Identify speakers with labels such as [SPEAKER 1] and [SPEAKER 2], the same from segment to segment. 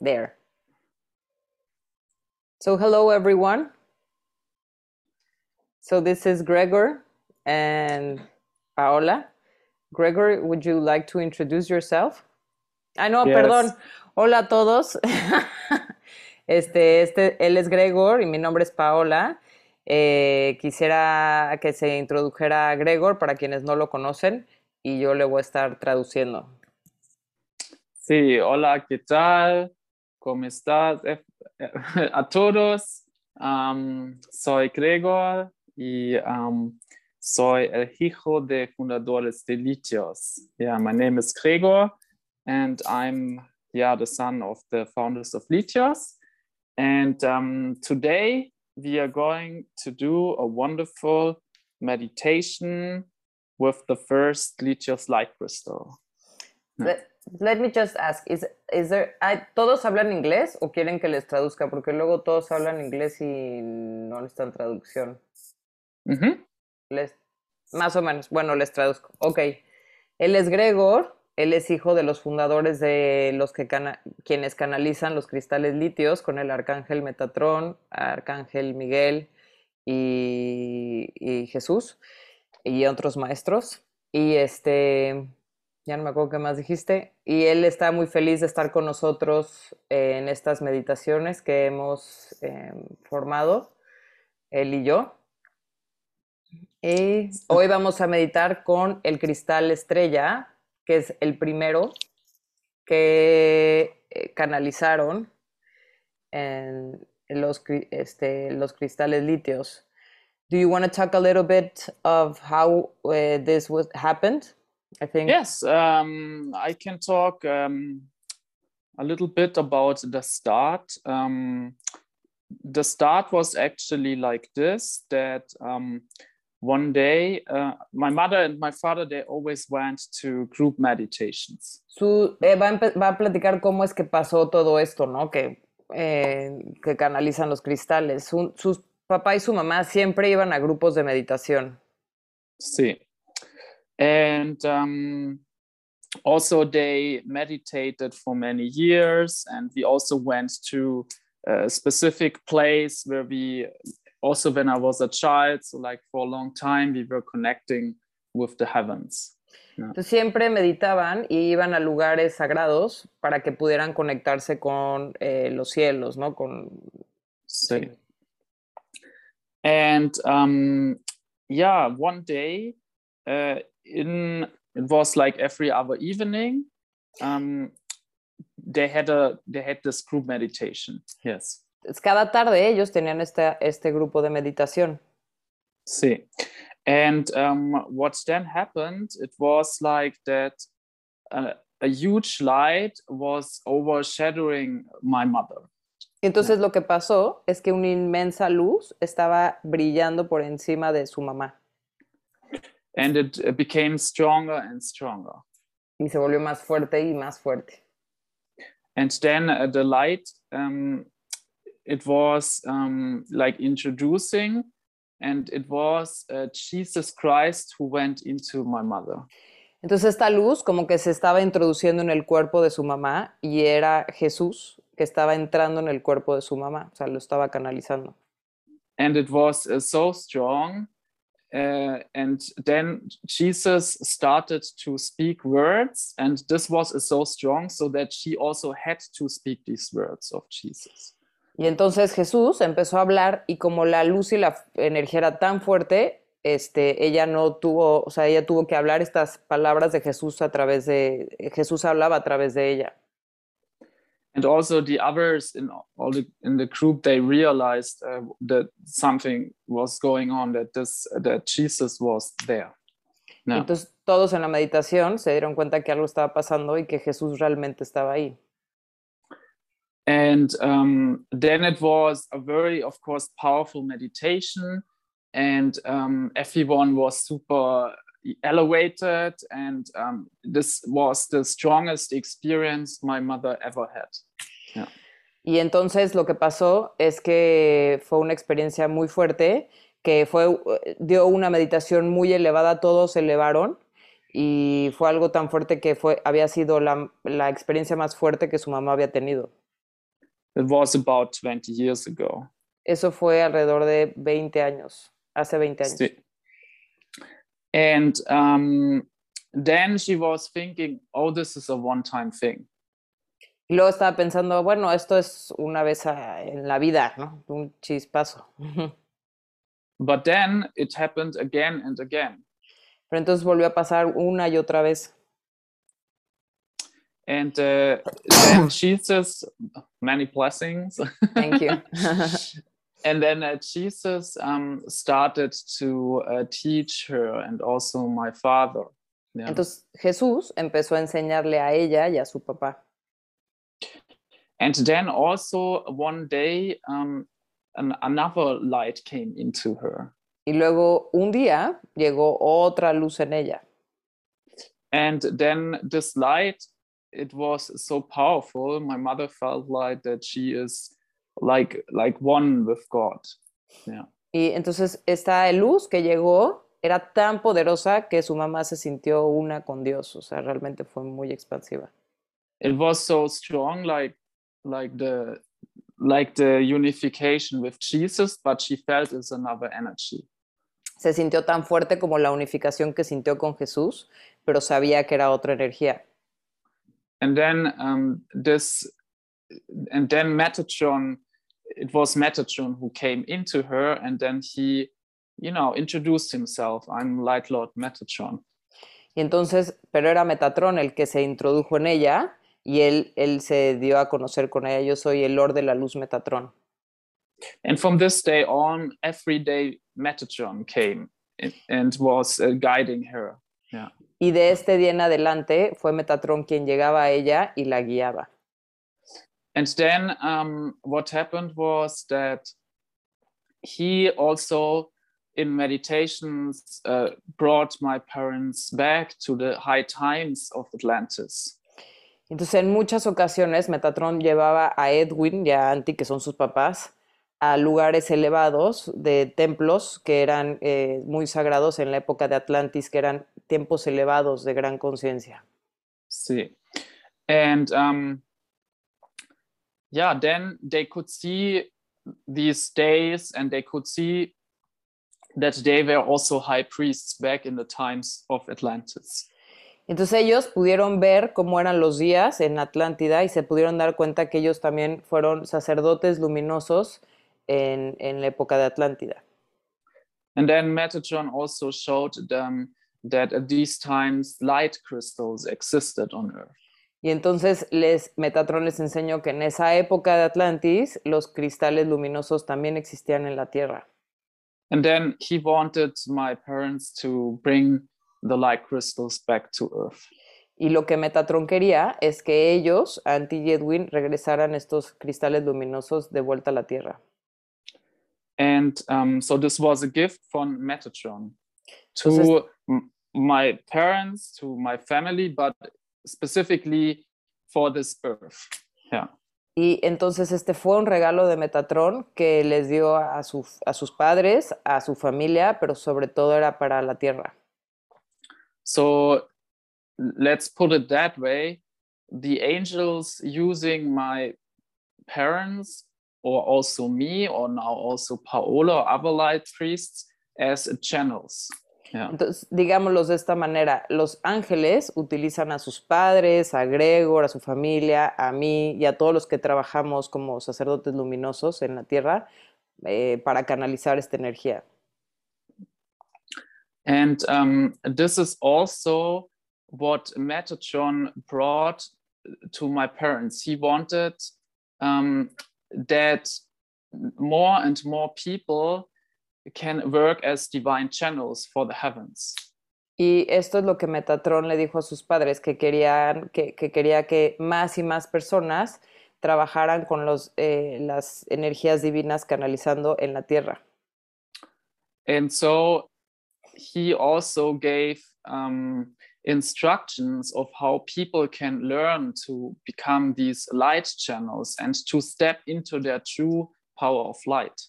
[SPEAKER 1] there. So, hello everyone. So, this is Gregor and Paola. Gregor, would you like to introduce yourself? Ah, no,
[SPEAKER 2] Yes.
[SPEAKER 1] perdón. Hola a todos. Este, este, él es Gregor y mi nombre es Paola. Eh, quisiera que se introdujera Gregor para quienes no lo conocen y yo le voy a estar traduciendo.
[SPEAKER 2] Sí, hola, ¿qué tal? ¿Cómo estás? Eh, eh, A todos, Am, soy Gregor y am, soy el hijo de fundadores de Litios. Yeah, my name is Gregor and I'm yeah, the son of the founders of Litios. And um, today we are going to do a wonderful meditation with the first Litios light crystal.
[SPEAKER 1] Let, let me just ask, is, is there, I- ¿todos hablan inglés o quieren que les traduzca? Porque luego todos hablan inglés y no les dan traducción.
[SPEAKER 2] Mhm.
[SPEAKER 1] Les, más o menos, bueno, les traduzco. Ok, él es Gregor, él es hijo de los fundadores de los que cana- quienes canalizan los cristales litios con el arcángel Metatrón, arcángel Miguel y, y Jesús y otros maestros. Y este, ya no me acuerdo qué más dijiste. Y él está muy feliz de estar con nosotros eh, en estas meditaciones que hemos em, formado, él y yo. Eh, hoy vamos a meditar con el cristal estrella, que es el primero que eh, canalizaron en los, cri- este, los cristales litios. Do you want to talk a little bit of how eh, this was happened? I think.
[SPEAKER 2] Yes, um, I can talk um, a little bit about the start. Um, the start was actually like this that um, one day uh, my mother and my father they always went to group meditations
[SPEAKER 1] Su, eh, va, a empe- va a platicar cómo es que pasó todo esto, ¿no? Que, eh, que canalizan los cristales. Su, sus papá y su mamá siempre iban a grupos de meditación.
[SPEAKER 2] see and um, also they meditated for many years and we also went to a specific place where we also when i was a child so like for a long time we were connecting with the heavens
[SPEAKER 1] Entonces, siempre meditaban y iban a lugares sagrados para que pudieran conectarse con eh, los cielos, ¿no? Con,
[SPEAKER 2] so, and um, yeah one day uh, in it was like every other evening um, they had a they had this group meditation yes
[SPEAKER 1] Es- Cada tarde ellos tenían este, este grupo de meditación.
[SPEAKER 2] See. And um, what then happened, it was like that uh, a huge light was overshadowing my mother.
[SPEAKER 1] Y entonces lo que pasó es que una inmensa luz estaba brillando por encima de su mamá
[SPEAKER 2] And it uh, became stronger and stronger.
[SPEAKER 1] y se volvió más fuerte y más fuerte.
[SPEAKER 2] And then uh, the light, um, it was um, like introducing, and it was uh, Jesus Christ who went into my mother.
[SPEAKER 1] Entonces esta luz como que se estaba introduciendo en el cuerpo de su mamá y era Jesús que estaba entrando en el cuerpo de su mamá, o sea, lo estaba canalizando.
[SPEAKER 2] and it was uh, so strong. Uh, and then Jesus started to speak words, and this was uh, so strong so that she also had to speak these words of Jesus.
[SPEAKER 1] Y entonces Jesús empezó a hablar y como la luz y la f- energía era tan fuerte, este, ella no tuvo, o sea, ella tuvo que hablar estas palabras de Jesús a través de, Jesús hablaba a través de ella.
[SPEAKER 2] And also the others in all the in the group they realized uh, that something was going on that this that Jesus was there. Yeah.
[SPEAKER 1] Entonces todos en la meditación se dieron cuenta que algo estaba pasando y que Jesús realmente estaba ahí.
[SPEAKER 2] and um, then it was a very of course powerful meditation and um, everyone was super elevated and um, this was the strongest experience my mother ever had
[SPEAKER 1] Y entonces lo que pasó es que fue una experiencia muy eh, fuerte, que fue, dio una meditación muy elevada, todos se elevaron y fue algo tan fuerte que fue, había sido la, la experiencia más fuerte que su mamá había tenido.
[SPEAKER 2] It was about 20 years ago.
[SPEAKER 1] Eso fue alrededor de 20 años, hace 20 años.
[SPEAKER 2] Sí. And um, then she was thinking, oh, this is a one time thing.
[SPEAKER 1] Y luego estaba pensando, bueno, esto es una vez a- en la vida, ¿no? Un chispazo. Pero
[SPEAKER 2] But then it happened again and again.
[SPEAKER 1] entonces volvió a pasar una y otra vez.
[SPEAKER 2] And uh, then Jesus, many blessings.
[SPEAKER 1] Thank you.
[SPEAKER 2] and then uh, Jesus um, started to uh, teach her and also my father. Yeah.
[SPEAKER 1] Entonces Jesús empezó a enseñarle a ella y a su papá.
[SPEAKER 2] And then also one day, um, an, another light came into her.
[SPEAKER 1] Y luego un día llegó otra luz en ella.
[SPEAKER 2] And then this light, it was so powerful. My mother felt like that she is like like one with God.
[SPEAKER 1] Y entonces esta luz que llegó era tan poderosa que su mamá se sintió una con Dios. O sea, realmente fue muy expansiva.
[SPEAKER 2] It was so strong, like like the like the unification with Jesus, but she felt it's another energy.
[SPEAKER 1] Se sintió tan fuerte como la unificación que sintió con Jesús, pero sabía que era otra energía.
[SPEAKER 2] and then um, this and then metatron it was metatron who came into her and then he you know introduced himself i'm light lord metatron
[SPEAKER 1] Y entonces, pero era Metatron el que se introdujo en ella y él, él se dio a conocer con ella. Yo soy el Lord de la Luz Metatron.
[SPEAKER 2] and from this day on every day metatron came and- and was uh, guiding her
[SPEAKER 1] Y de este día en adelante fue Metatron quien llegaba a ella y la guiaba.
[SPEAKER 2] and then um, what happened was that he also in meditations uh, brought my parents back to the high times of atlantis
[SPEAKER 1] Entonces, en muchas ocasiones, Metatron llevaba a Edwin y a Anti, que son sus papás, a lugares elevados de templos que eran eh, muy sagrados en la época de Atlantis, que eran tiempos elevados de gran conciencia.
[SPEAKER 2] See. And um, yeah, then they could see these days and they could see that they were also high priests back in the times of Atlantis.
[SPEAKER 1] Entonces ellos pudieron ver cómo eran los días en Atlántida y se pudieron dar cuenta que ellos también fueron sacerdotes luminosos en, en la época de Atlántida.
[SPEAKER 2] And then Metatron also showed them that at these times light crystals existed on Earth.
[SPEAKER 1] Y entonces les, Metatron les enseñó que en esa época de Atlantis los cristales luminosos también existían en la Tierra.
[SPEAKER 2] And then he wanted my parents to bring the light crystals back to Earth.
[SPEAKER 1] Y lo que Metatron quería es que ellos, Anti y Edwin, regresaran estos cristales luminosos de vuelta a la Tierra.
[SPEAKER 2] And um, so this was a gift from Metatron to
[SPEAKER 1] Entonces-
[SPEAKER 2] m- my parents, to my family, but specifically for this earth.
[SPEAKER 1] Y entonces este fue un regalo de Metatron que les dio a, su- a sus padres, a su familia, pero sobre todo era para la Tierra.
[SPEAKER 2] So let's put it that way the angels using my parents, or also me, or now also Paola, or other light priests, as channels. Yeah.
[SPEAKER 1] Entonces, digámoslos de esta manera, los ángeles utilizan a sus padres, a Gregor, a su familia, a mí y a todos los que trabajamos como sacerdotes luminosos en la Tierra eh, para canalizar esta energía.
[SPEAKER 2] And um, this is also what Metatron brought to my parents. He wanted um, that more and more people can work as divine channels for the heavens.
[SPEAKER 1] Y esto es lo que Metatron le dijo a sus padres, que, querían, que, que quería que más y más personas trabajaran con los, eh, las energías divinas canalizando en la Tierra.
[SPEAKER 2] And so he also gave um, instructions of how people can learn to become these light channels and to step into their true power of light.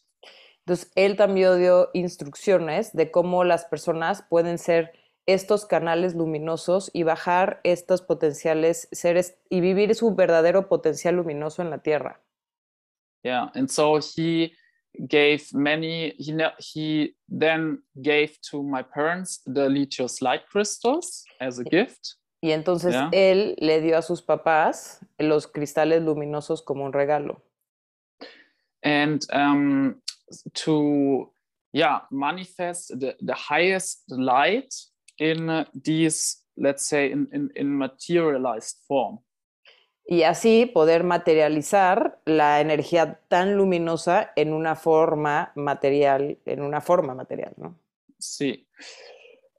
[SPEAKER 1] Entonces, él también dio instrucciones de cómo las personas pueden ser estos canales luminosos y bajar estos potenciales seres y vivir su verdadero potencial luminoso en la tierra.
[SPEAKER 2] Yeah, and so he gave many. He ne- he then gave to my parents the Lithios light crystals as a gift.
[SPEAKER 1] Y entonces
[SPEAKER 2] Ya.
[SPEAKER 1] él le dio a sus papás los cristales luminosos como un regalo.
[SPEAKER 2] and um, to yeah manifest the, the highest light in uh, these let's say in, in, in materialized form
[SPEAKER 1] Y así poder materializar la energía tan luminosa en una forma material, en una forma material, ¿no?
[SPEAKER 2] see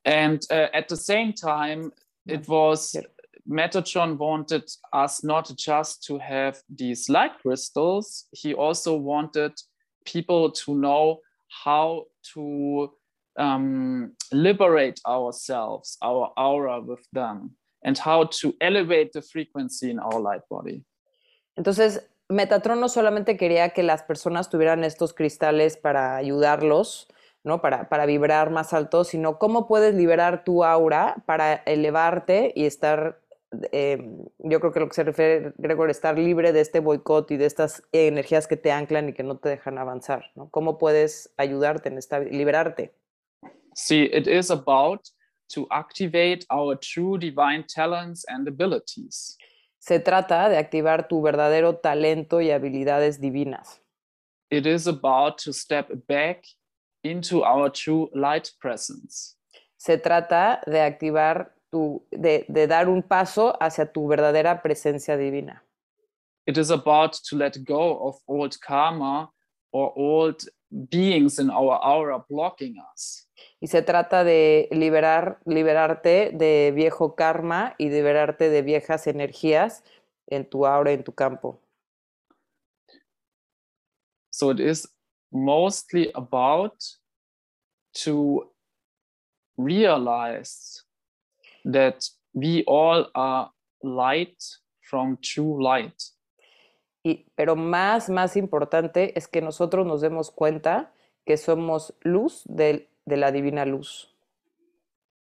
[SPEAKER 2] and uh, at the same time it was
[SPEAKER 1] Here.
[SPEAKER 2] Metatron wanted us not just to have these light crystals, he also wanted people to know how to um, liberate ourselves, our aura with them, and how to elevate the frequency in our light body.
[SPEAKER 1] Entonces, Metatron no solamente quería que las personas tuvieran estos cristales para ayudarlos, ¿no? Para, para vibrar más alto, sino cómo puedes liberar tu aura para elevarte y estar, eh, yo creo que lo que se refiere, Gregor, estar libre de este boicot y de estas energías que te anclan y que no te dejan avanzar, ¿no? ¿Cómo puedes ayudarte en esta, liberarte?
[SPEAKER 2] See, it is about to activate our true divine talents and abilities.
[SPEAKER 1] Se trata de activar tu verdadero talento y habilidades divinas.
[SPEAKER 2] It is about to step back into our true light presence.
[SPEAKER 1] se trata de activar tu, de, de dar un paso hacia tu verdadera presencia divina.
[SPEAKER 2] it is about to let go of old karma or old beings in our aura blocking us.
[SPEAKER 1] Y se trata de liberar, liberarte de viejo karma y liberarte de viejas energías en tu aura, en tu campo.
[SPEAKER 2] So it is mostly about to realize that we all are light from true light.
[SPEAKER 1] Y, pero más, más importante es que nosotros nos demos cuenta que somos luz del- de la divina luz.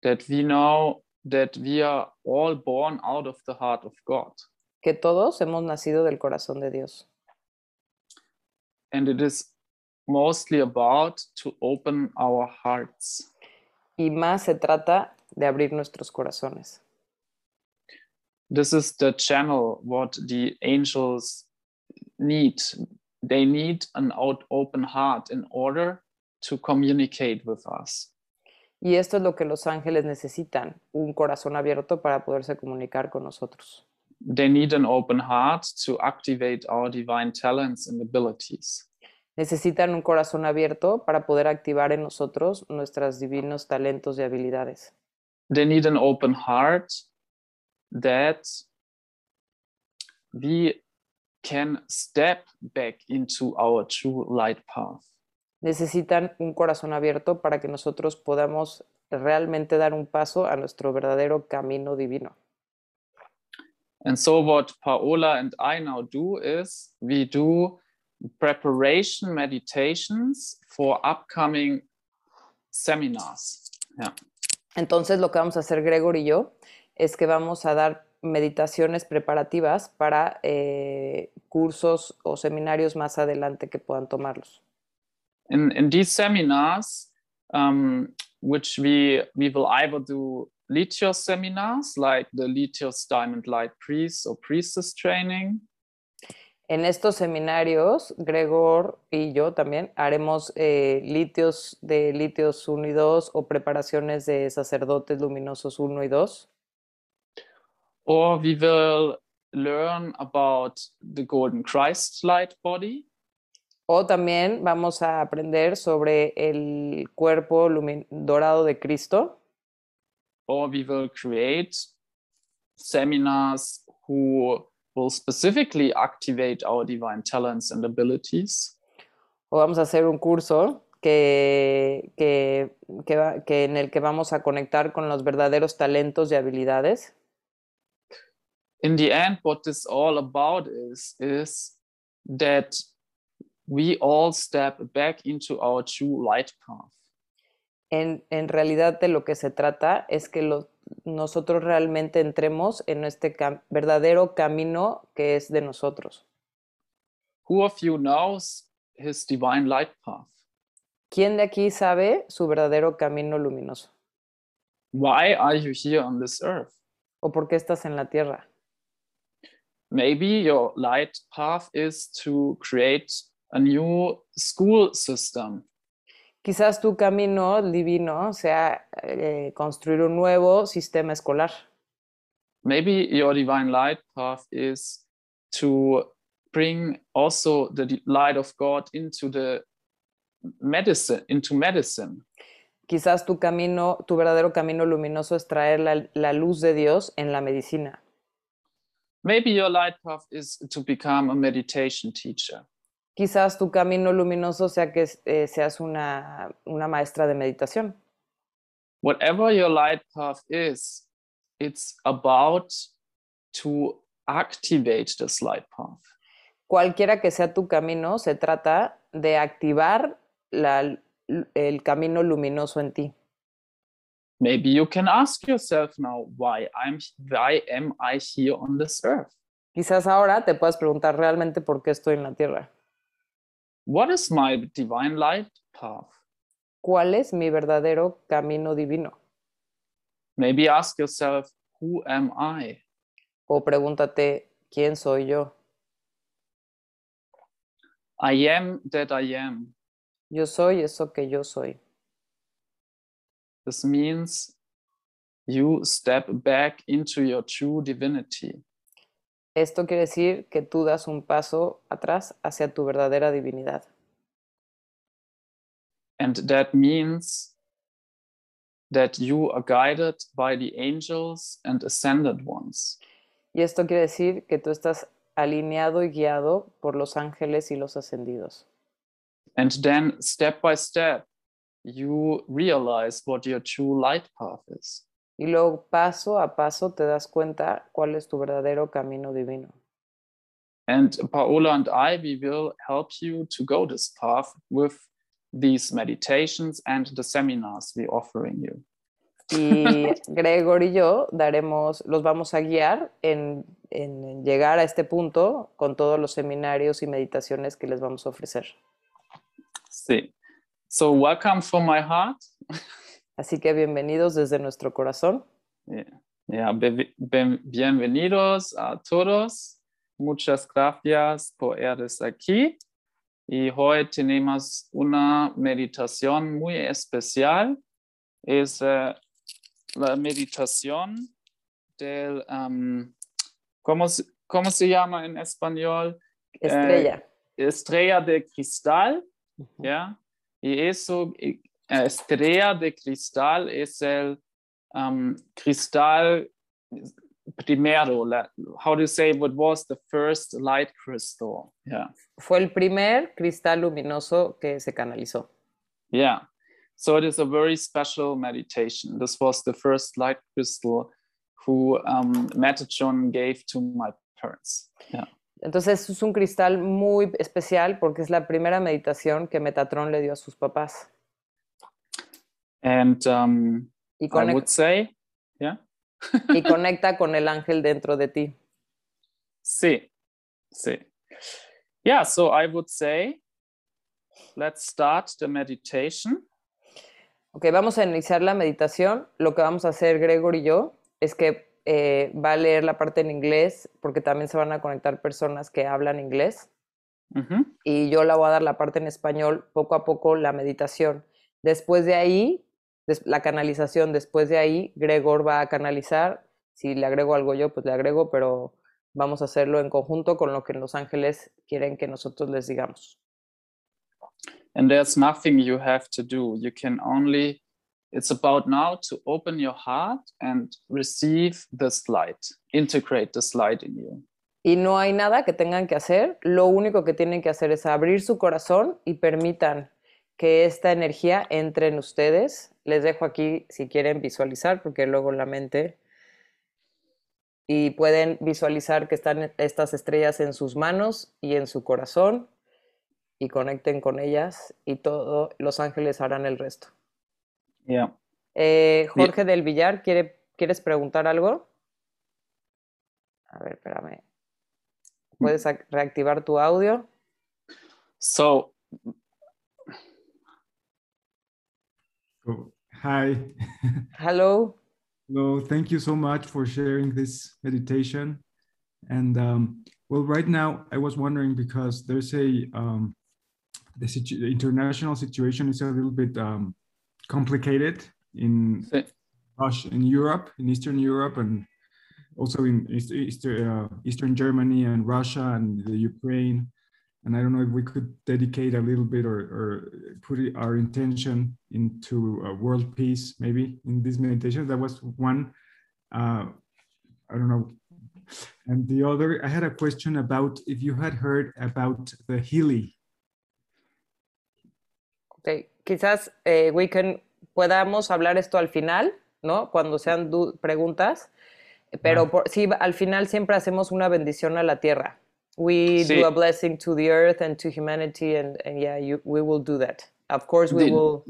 [SPEAKER 2] That we know that we are all born out of the heart of God.
[SPEAKER 1] Que todos hemos nacido del corazón de Dios.
[SPEAKER 2] And it is mostly about to open our hearts.
[SPEAKER 1] Y más se trata de abrir nuestros corazones.
[SPEAKER 2] this is the channel what the angels need they need an out open heart in order to communicate with us
[SPEAKER 1] Y esto es lo que los ángeles necesitan, un corazón abierto para poderse comunicar con nosotros.
[SPEAKER 2] they need an open heart to activate our divine talents and abilities
[SPEAKER 1] Necesitan un corazón abierto para poder activar en nosotros nuestros divinos talentos y habilidades.
[SPEAKER 2] they need an open heart that we can step back into our true light path
[SPEAKER 1] Necesitan un corazón abierto para que nosotros podamos realmente dar un paso a nuestro verdadero camino divino.
[SPEAKER 2] And so, what Paola and I now do is we do preparation meditations for upcoming seminars. Yeah.
[SPEAKER 1] Entonces lo que vamos a hacer Gregor y yo es que vamos a dar meditaciones preparativas para eh, cursos o seminarios más adelante que puedan tomarlos.
[SPEAKER 2] In, in these seminars, um, which we, we will either do Lithios seminars like the Lithios Diamond Light Priest or Priestess training,
[SPEAKER 1] En estos seminarios, Gregor y yo también haremos eh, litios de litios 1 y 2 o preparaciones de sacerdotes luminosos 1 y 2.
[SPEAKER 2] or we will learn about the Golden Christ Light Body.
[SPEAKER 1] O también vamos a aprender sobre el cuerpo lumi- dorado de Cristo.
[SPEAKER 2] or we will create seminars who will specifically activate our divine talents and abilities.
[SPEAKER 1] O vamos a hacer un curso que, que- que va- que en el que vamos a conectar con los verdaderos talentos y habilidades.
[SPEAKER 2] In the end, what this all about is, is that we all step back into our true light path.
[SPEAKER 1] en, en realidad de lo que se trata es que lo- nosotros realmente entremos en este cam- verdadero camino que es de nosotros.
[SPEAKER 2] Who of you knows his divine light path?
[SPEAKER 1] ¿Quién de aquí sabe su verdadero camino luminoso?
[SPEAKER 2] Why are you here on this earth?
[SPEAKER 1] ¿O por qué estás en la tierra?
[SPEAKER 2] Maybe your light path is to create a new school system
[SPEAKER 1] Quizás tu camino divino sea eh, construir un nuevo sistema escolar.
[SPEAKER 2] maybe your divine light path is to bring also the di- light of god into the medicine into medicine
[SPEAKER 1] Quizás tu camino, tu verdadero camino luminoso es traer la, la luz de Dios en la medicina.
[SPEAKER 2] maybe your light path is to become a meditation teacher
[SPEAKER 1] Quizás tu camino luminoso sea que eh, seas una, una maestra de meditación.
[SPEAKER 2] whatever your light path is it's about to activate this light path
[SPEAKER 1] Cualquiera que sea tu camino, se trata de activar la- el camino luminoso en ti.
[SPEAKER 2] maybe you can ask yourself now why i'm why am i here on this earth
[SPEAKER 1] Quizás ahora te puedas preguntar realmente por qué estoy en la tierra.
[SPEAKER 2] what is my divine light path
[SPEAKER 1] ¿Cuál es mi verdadero camino divino?
[SPEAKER 2] maybe ask yourself who am i
[SPEAKER 1] O pregúntate, ¿quién soy yo?
[SPEAKER 2] i am that i am
[SPEAKER 1] Yo soy eso que yo soy.
[SPEAKER 2] this means you step back into your true divinity
[SPEAKER 1] Esto quiere decir que tú das un paso atrás hacia tu verdadera divinidad.
[SPEAKER 2] and that means that you are guided by the angels and ascended ones
[SPEAKER 1] Y esto quiere decir que tú estás alineado y guiado por los ángeles y los ascendidos.
[SPEAKER 2] and then step by step you realize what your true light path is
[SPEAKER 1] Y luego paso a paso te das cuenta cuál es tu verdadero camino divino.
[SPEAKER 2] and paola and i we will help you to go this path with these meditations and the seminars we're offering you
[SPEAKER 1] Y Gregor y yo daremos, los vamos a guiar en, en llegar a este punto con todos los seminarios y meditaciones que les vamos a ofrecer.
[SPEAKER 2] see so welcome from my heart
[SPEAKER 1] Así que bienvenidos desde nuestro corazón.
[SPEAKER 2] Yeah, be- be- bienvenidos a todos. Muchas gracias por estar aquí. Y hoy tenemos una meditación muy especial. Es eh, la meditación del, um, ¿cómo, se- ¿cómo se llama en español? Eh,
[SPEAKER 1] Estrella.
[SPEAKER 2] Estrella de cristal.
[SPEAKER 1] Ujú.
[SPEAKER 2] ¿ya? Y eso, eh, estrella de cristal es el um, cristal primero, la- how do you say what was the first light crystal? Yeah,
[SPEAKER 1] Fue el primer cristal luminoso que se canalizó.
[SPEAKER 2] yeah. So it is a very special meditation. This was the first light crystal who um, Matajon gave to my parents. Yeah,
[SPEAKER 1] Entonces es un cristal muy especial porque es la primera meditación que Metatron le dio a sus papás.
[SPEAKER 2] and um,
[SPEAKER 1] Y,
[SPEAKER 2] I
[SPEAKER 1] conec-
[SPEAKER 2] would say
[SPEAKER 1] y conecta con el ángel dentro de ti.
[SPEAKER 2] See, see. Yeah, so I would say let's start the meditation.
[SPEAKER 1] Ok, vamos a iniciar la meditación. Lo que vamos a hacer Gregor y yo es que eh, va a leer la parte en inglés porque también se van a conectar personas que hablan inglés
[SPEAKER 2] Mhm.
[SPEAKER 1] y yo la voy a dar la parte en español poco a poco la meditación. Después de ahí, des- la canalización, después de ahí Gregor va a canalizar. Si le agrego algo yo, pues le agrego, pero vamos a hacerlo en conjunto con lo que los ángeles quieren que nosotros les digamos.
[SPEAKER 2] And there's nothing you have to do. You can only, it's about now to open your heart and receive this light, integrate this light in you.
[SPEAKER 1] y no hay nada que tengan que hacer. Lo único que tienen que hacer es abrir su corazón y permitan que esta energía entre en ustedes. Les dejo aquí si quieren visualizar, porque luego la mente. Y pueden visualizar que están estas estrellas en sus manos y en su corazón y conecten con ellas y todos los ángeles harán el resto.
[SPEAKER 2] Yeah.
[SPEAKER 1] Eh, Jorge del Villar, ¿quiere, ¿quieres preguntar algo? A ver, espérame. ¿Puedes ac- reactivar tu audio?
[SPEAKER 2] So
[SPEAKER 3] Oh, hi.
[SPEAKER 1] Hello.
[SPEAKER 3] Well, thank you so much for sharing this meditation. And um, well, right now I was wondering because there's a um, the situ- the international situation is a little bit um, complicated in
[SPEAKER 2] Sí.
[SPEAKER 3] Rush in Europe, in Eastern Europe, and also in East, East, uh, Eastern Germany and Russia and the Ukraine. And I don't know if we could dedicate a little bit or, or put it- our intention into uh, world peace, maybe in this meditation. That was one. Uh, I don't know. And the other, I had a question about if you had heard about the Healy.
[SPEAKER 1] Ok, Quizás eh, we can- podamos hablar esto al final, ¿no? Cuando sean du- preguntas. Pero
[SPEAKER 3] Vale.
[SPEAKER 1] por- sí, al final siempre hacemos una bendición a la tierra. We
[SPEAKER 2] Sí.
[SPEAKER 1] do a blessing to the earth and to humanity, and, and yeah, you- we will do that. Of course, we
[SPEAKER 2] Did-
[SPEAKER 1] will.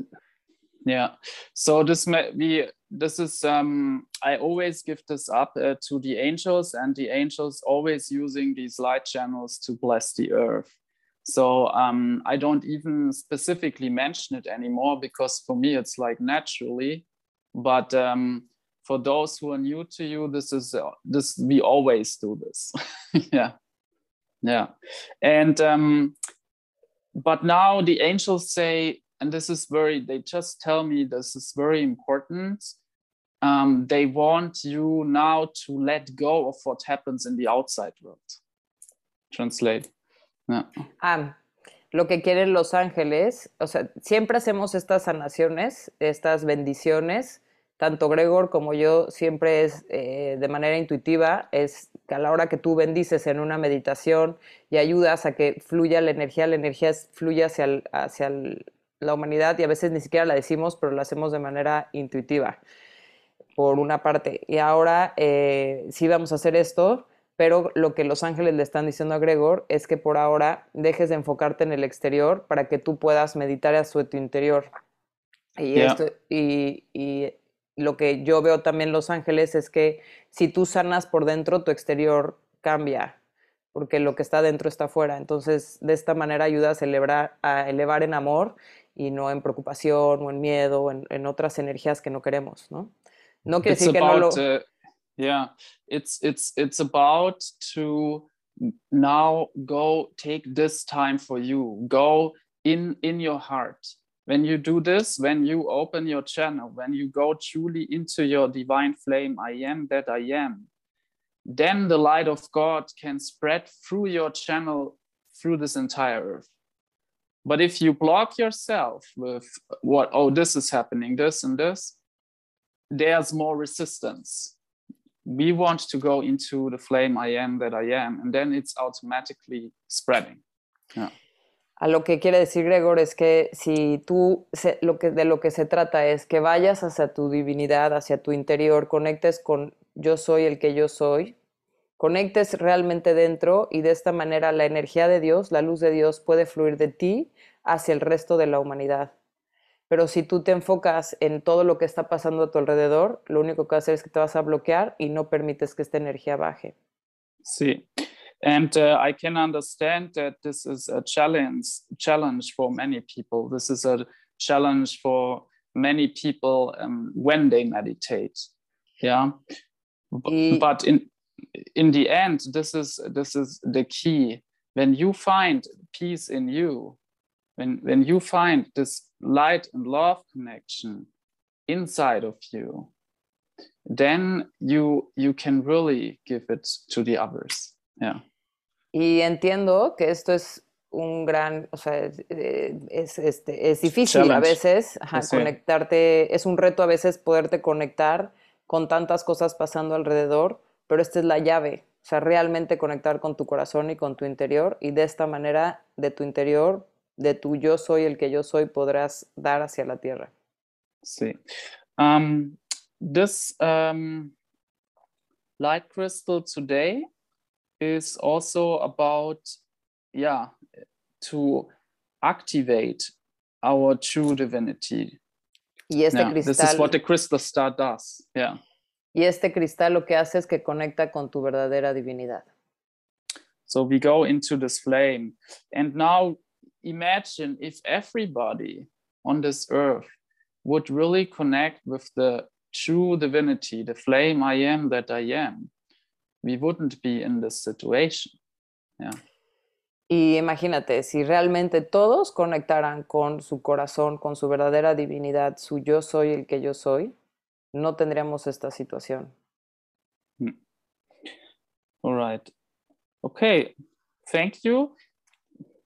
[SPEAKER 2] Yeah. So this may be this is um I always give this up uh, to the angels and the angels always using these light channels to bless the earth. So um I don't even specifically mention it anymore because for me it's like naturally but um for those who are new to you this is uh, this we always do this. yeah. Yeah. And um but now the angels say and this is very they just tell me this is very important um, they want you now to let go of what happens in the outside world translate
[SPEAKER 1] Ah, lo que quieren los ángeles, o sea, siempre hacemos estas sanaciones, estas bendiciones, tanto Gregor como yo, siempre es eh, de manera intuitiva, es que a la hora que tú bendices en una meditación y ayudas a que fluya la energía, la energía es- fluye hacia, el- hacia el- la humanidad y a veces ni siquiera la decimos, pero lo hacemos de manera intuitiva por una parte. Y ahora eh, sí vamos a hacer esto, pero lo que los ángeles le están diciendo a Gregor es que por ahora dejes de enfocarte en el exterior para que tú puedas meditar hacia tu interior. Y,
[SPEAKER 2] Ya.
[SPEAKER 1] esto- y- y lo que yo veo también en los ángeles es que si tú sanas por dentro, tu exterior cambia, porque lo que está dentro está afuera. Entonces, de esta manera ayuda a, celebrar, a elevar en amor y no en preocupación o en miedo o en, en otras energías que no queremos, ¿no? No quiere
[SPEAKER 2] it's
[SPEAKER 1] decir que no lo...
[SPEAKER 2] about uh, yeah it's it's it's about to now go take this time for you go in in your heart when you do this when you open your channel when you go truly into your divine flame i am that i am then the light of god can spread through your channel through this entire earth but if you block yourself with what oh this is happening this and this there's more resistance. We want to go into the flame I am that I am, and then it's automatically spreading.
[SPEAKER 1] A lo que quiere decir Gregor es que si tú se- lo que, de lo que se trata es que vayas hacia tu divinidad, hacia tu interior, conectes con yo soy el que yo soy, conectes realmente dentro y de esta manera la energía de Dios, la luz de Dios puede fluir de ti hacia el resto de la humanidad. Pero si tú te enfocas en todo lo que está pasando a tu alrededor, lo único que va a hacer es que te vas a bloquear y no permites que esta energía baje.
[SPEAKER 2] See, and uh, I can understand that this is a challenge challenge for many people. This is a challenge for many people um, when they meditate. Yeah, B-
[SPEAKER 1] Y-
[SPEAKER 2] but in in the end, this is this is the key. When you find peace in you, when when you find this light and love connection inside of you, then you you can really give it to the others yeah
[SPEAKER 1] Y entiendo que esto es un gran, o sea, es, eh, es, este, es difícil a
[SPEAKER 2] Challenge.
[SPEAKER 1] veces ajá,
[SPEAKER 2] Sí.
[SPEAKER 1] conectarte, es un reto a veces poderte conectar con tantas cosas pasando alrededor, pero esta es la llave, o sea, realmente conectar con tu corazón y con tu interior y de esta manera, de tu interior, de tu yo soy el que yo soy, podrás dar hacia la tierra.
[SPEAKER 2] see um this um light crystal today is also about yeah to activate our true divinity
[SPEAKER 1] Y este
[SPEAKER 2] Yeah, This
[SPEAKER 1] cristal
[SPEAKER 2] is what the crystal star does. Yeah.
[SPEAKER 1] y este cristal lo que hace es que conecta con tu verdadera divinidad.
[SPEAKER 2] So we go into this flame. And now imagine if everybody on this earth would really connect with the true divinity, the flame I am that I am. We wouldn't be in this situation.
[SPEAKER 1] Y imagínate, si realmente todos conectaran con su corazón, con su verdadera divinidad, su yo soy el que yo soy, no tendríamos esta situación.
[SPEAKER 2] All right. Okay. Thank you.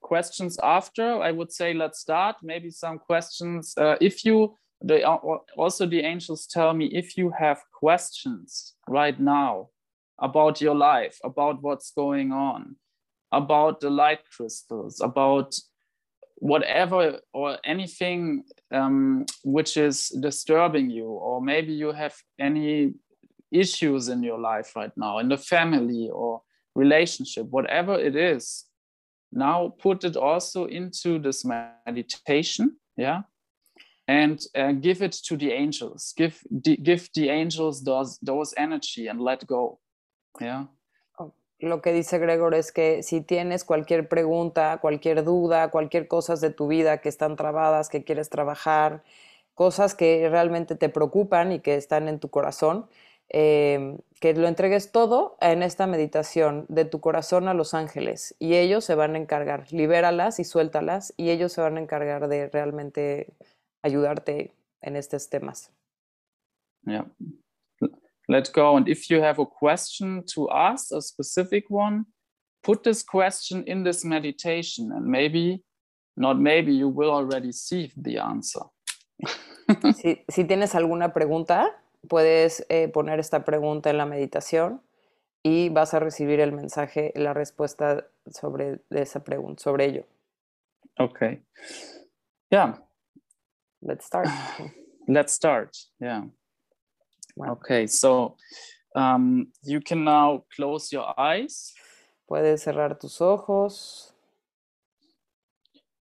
[SPEAKER 2] Questions after? I would say let's start. Maybe some questions. Uh, if you, they are, also the angels tell me if you have questions right now about your life, about what's going on, about the light crystals, about whatever or anything um, which is disturbing you, or maybe you have any issues in your life right now, in the family or relationship, whatever it is, now put it also into this meditation. Yeah. And uh, give it to the angels. Give the, give the angels those, those energy and let go. Yeah.
[SPEAKER 1] Lo que dice Gregor es que si tienes cualquier pregunta, cualquier duda, cualquier cosas de tu vida que están trabadas, que quieres trabajar, cosas que realmente te preocupan y que están en tu corazón, eh, que lo entregues todo en esta meditación de tu corazón a los ángeles y ellos se van a encargar, libéralas y suéltalas y ellos se van a encargar de realmente ayudarte en estos temas.
[SPEAKER 2] Yeah. Let go. And if you have a question to ask, a specific one, put this question in this meditation and maybe, not maybe, you will already see the answer.
[SPEAKER 1] Si, si tienes alguna pregunta, puedes eh, poner esta pregunta en la meditación y vas a recibir el mensaje, la respuesta sobre de esa pregunta, sobre ello.
[SPEAKER 2] Okay. Yeah.
[SPEAKER 1] Let's start.
[SPEAKER 2] Let's start. Yeah.
[SPEAKER 1] Wow.
[SPEAKER 2] Okay. So um, you can now close your eyes
[SPEAKER 1] Puedes cerrar tus ojos,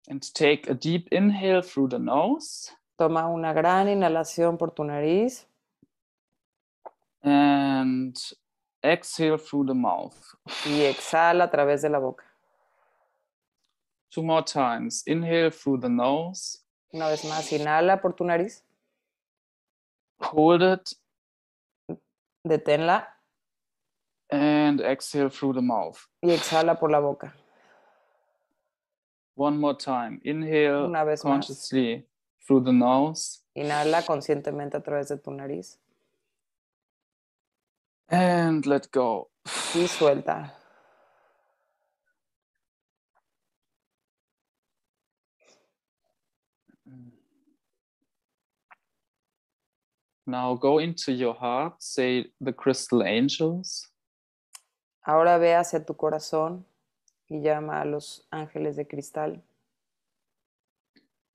[SPEAKER 2] and take a deep inhale through the nose
[SPEAKER 1] toma una gran inhalación por tu nariz
[SPEAKER 2] and exhale through the mouth.
[SPEAKER 1] y exhala a través de la boca.
[SPEAKER 2] Two more times. Inhale through the nose.
[SPEAKER 1] Una vez más, inhala por tu nariz,
[SPEAKER 2] hold it
[SPEAKER 1] deténla
[SPEAKER 2] and exhale through the mouth.
[SPEAKER 1] y exhala por la boca.
[SPEAKER 2] One more time. Inhale
[SPEAKER 1] Una vez más.
[SPEAKER 2] consciously through the nose
[SPEAKER 1] Inhala conscientemente a través de tu nariz
[SPEAKER 2] and let go.
[SPEAKER 1] y suelta.
[SPEAKER 2] Now go into your heart, say the crystal angels,
[SPEAKER 1] Ahora ve hacia tu corazón y llama a los ángeles de cristal.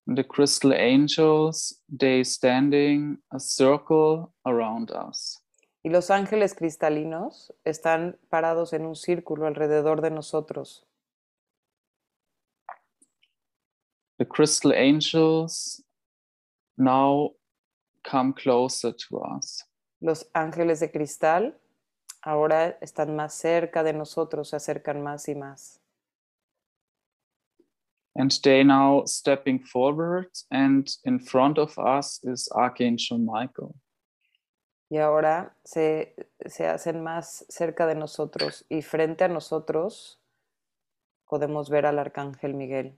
[SPEAKER 2] the crystal angels, they standing a circle around us.
[SPEAKER 1] Y los ángeles cristalinos están parados en un círculo alrededor de nosotros.
[SPEAKER 2] The crystal angels now come closer to us.
[SPEAKER 1] Los ángeles de cristal ahora están más cerca de nosotros, se acercan más y más.
[SPEAKER 2] And they now stepping forward, and in front of us is Archangel Michael.
[SPEAKER 1] Y ahora se, se hacen más cerca de nosotros y frente a nosotros podemos ver al arcángel Miguel.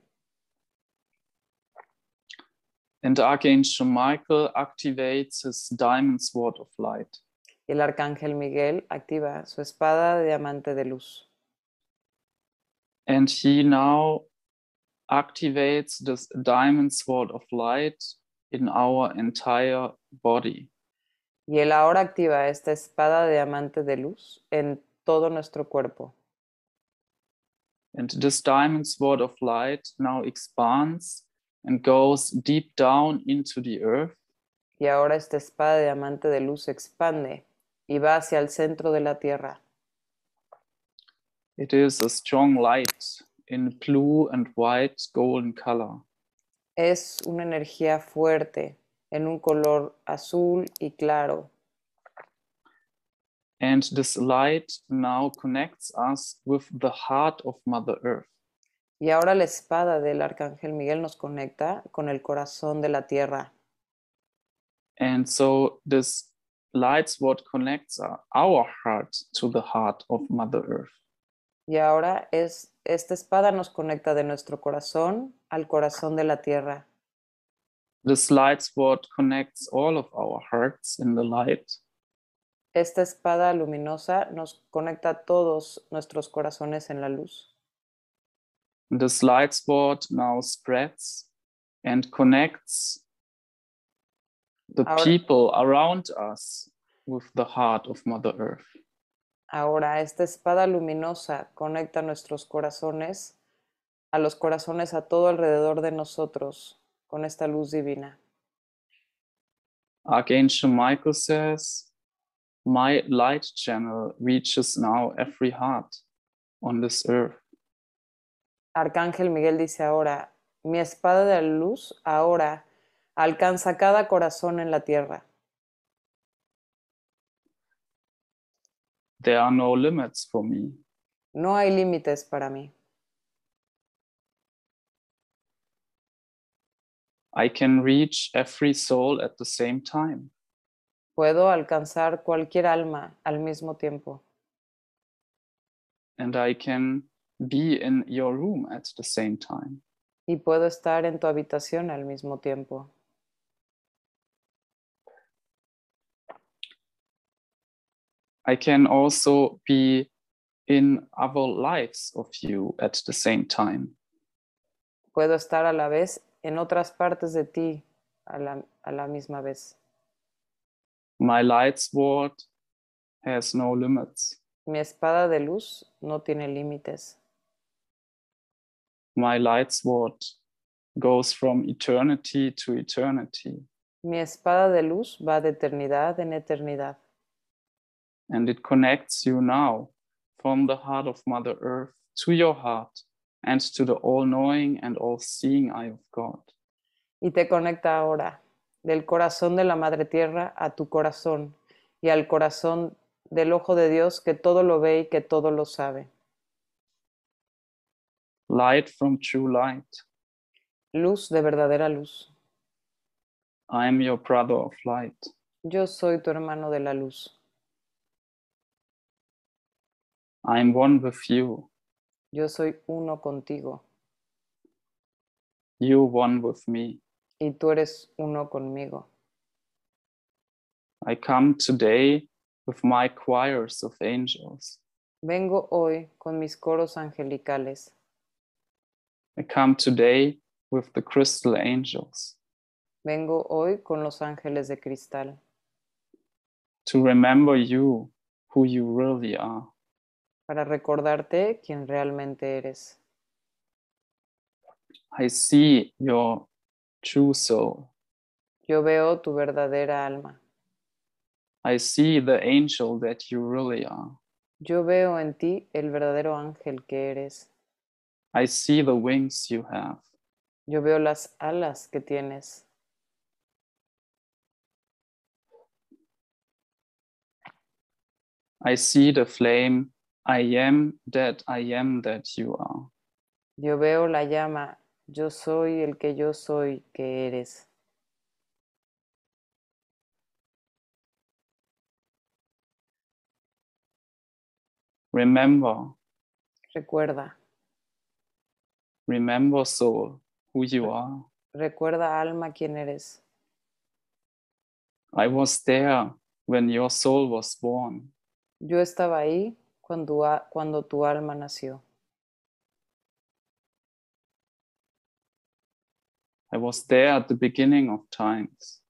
[SPEAKER 2] And Archangel Michael activates his diamond sword of light.
[SPEAKER 1] Y el arcángel Miguel activa su espada de diamante de luz.
[SPEAKER 2] And he now activates this diamond sword of light in our entire body.
[SPEAKER 1] Y él ahora activa esta espada de diamante de luz en todo nuestro cuerpo.
[SPEAKER 2] And this diamond sword of light now expands and goes deep down into the earth.
[SPEAKER 1] Y ahora esta espada de diamante de luz se expande y va hacia el centro de la tierra.
[SPEAKER 2] It is a strong light in blue and white golden color.
[SPEAKER 1] Es una energía fuerte en un color azul y claro.
[SPEAKER 2] And this light now connects us with the heart of Mother Earth.
[SPEAKER 1] Y ahora la espada del arcángel Miguel nos conecta con el corazón de la tierra.
[SPEAKER 2] And so this light what connects uh, our heart to the heart of Mother Earth.
[SPEAKER 1] Y ahora es esta espada nos conecta de nuestro corazón al corazón de la tierra.
[SPEAKER 2] This light what connects all of our hearts in the light.
[SPEAKER 1] Esta espada luminosa nos conecta a todos nuestros corazones en la luz.
[SPEAKER 2] This light what now spreads and connects the
[SPEAKER 1] Our-
[SPEAKER 2] people around us with the heart of Mother Earth.
[SPEAKER 1] Ahora esta espada luminosa conecta nuestros corazones a los corazones a todo alrededor de nosotros con esta luz divina.
[SPEAKER 2] Archangel Michael says, My light channel reaches now every heart on this earth.
[SPEAKER 1] Arcángel Miguel dice ahora, mi espada de luz ahora alcanza cada corazón en la tierra.
[SPEAKER 2] There are no limits for me.
[SPEAKER 1] No hay límites para mí.
[SPEAKER 2] I can reach every soul at the same time.
[SPEAKER 1] Puedo alcanzar cualquier alma al mismo tiempo
[SPEAKER 2] And I can be in your room at the same time.
[SPEAKER 1] y puedo estar en tu habitación al mismo tiempo.
[SPEAKER 2] I can also be in other lives of you at the same time.
[SPEAKER 1] Puedo estar a la vez en otras partes de ti a la, a la misma vez.
[SPEAKER 2] My light sword has no limits.
[SPEAKER 1] Mi espada de luz no tiene límites.
[SPEAKER 2] My light sword goes from eternity to eternity,
[SPEAKER 1] Mi espada de luz va de eternidad en eternidad
[SPEAKER 2] and it connects you now from the heart of Mother Earth to your heart and to the all knowing and all seeing eye of God.
[SPEAKER 1] y te conecta ahora del corazón de la Madre Tierra a tu corazón y al corazón del ojo de Dios que todo lo ve y que todo lo sabe.
[SPEAKER 2] Light from true light.
[SPEAKER 1] Luz de verdadera luz.
[SPEAKER 2] I am your brother of light.
[SPEAKER 1] Yo soy tu hermano de la luz.
[SPEAKER 2] I am one with you.
[SPEAKER 1] Yo soy uno contigo
[SPEAKER 2] You one with me.
[SPEAKER 1] y tú eres uno conmigo.
[SPEAKER 2] I come today with my choirs of angels.
[SPEAKER 1] Vengo hoy con mis coros angelicales.
[SPEAKER 2] I come today with the crystal angels
[SPEAKER 1] Vengo hoy con los ángeles de cristal
[SPEAKER 2] to remember you, who you really are.
[SPEAKER 1] para recordarte quién realmente eres.
[SPEAKER 2] I see your true soul.
[SPEAKER 1] Yo veo tu verdadera alma.
[SPEAKER 2] I see the angel that you really are.
[SPEAKER 1] Yo veo en ti el verdadero ángel que eres.
[SPEAKER 2] I see the wings you have.
[SPEAKER 1] Yo veo las alas que tienes.
[SPEAKER 2] I see the flame. I am that I am that you are.
[SPEAKER 1] Yo veo la llama. Yo soy el que yo soy que eres.
[SPEAKER 2] Remember,
[SPEAKER 1] Recuerda,
[SPEAKER 2] remember, soul, who you are.
[SPEAKER 1] recuerda alma quién eres.
[SPEAKER 2] I was there when your soul was born.
[SPEAKER 1] Yo estaba ahí cuando, a- cuando tu alma nació.
[SPEAKER 2] I was there at the beginning of times.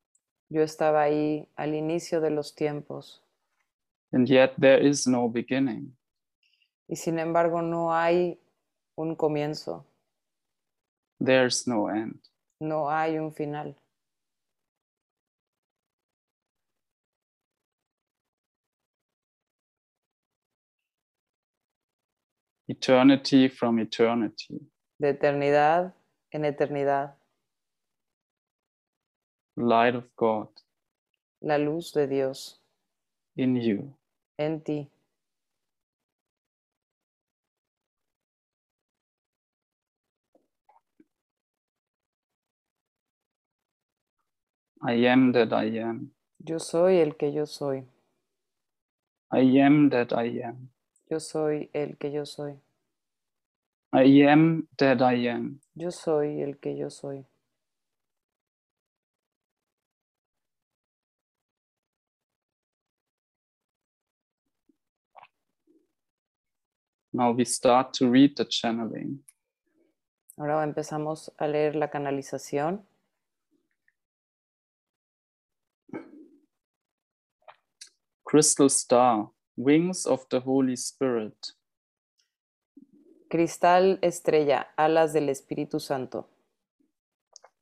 [SPEAKER 1] Yo estaba ahí al inicio de los tiempos.
[SPEAKER 2] And yet there is no beginning.
[SPEAKER 1] Y sin embargo no hay un comienzo,
[SPEAKER 2] There's no end.
[SPEAKER 1] no hay un final.
[SPEAKER 2] Eternity from eternity.
[SPEAKER 1] De eternidad en eternidad,
[SPEAKER 2] light of God
[SPEAKER 1] la luz de Dios
[SPEAKER 2] in you.
[SPEAKER 1] en ti.
[SPEAKER 2] I am that I am.
[SPEAKER 1] Yo soy el que yo soy.
[SPEAKER 2] I am that I am.
[SPEAKER 1] Yo soy el que yo soy.
[SPEAKER 2] I am that I am.
[SPEAKER 1] Yo soy el que yo soy.
[SPEAKER 2] Now we start to read the channeling.
[SPEAKER 1] Ahora empezamos a leer la canalización.
[SPEAKER 2] Crystal star, wings of the Holy Spirit.
[SPEAKER 1] Cristal estrella, alas del Espíritu Santo.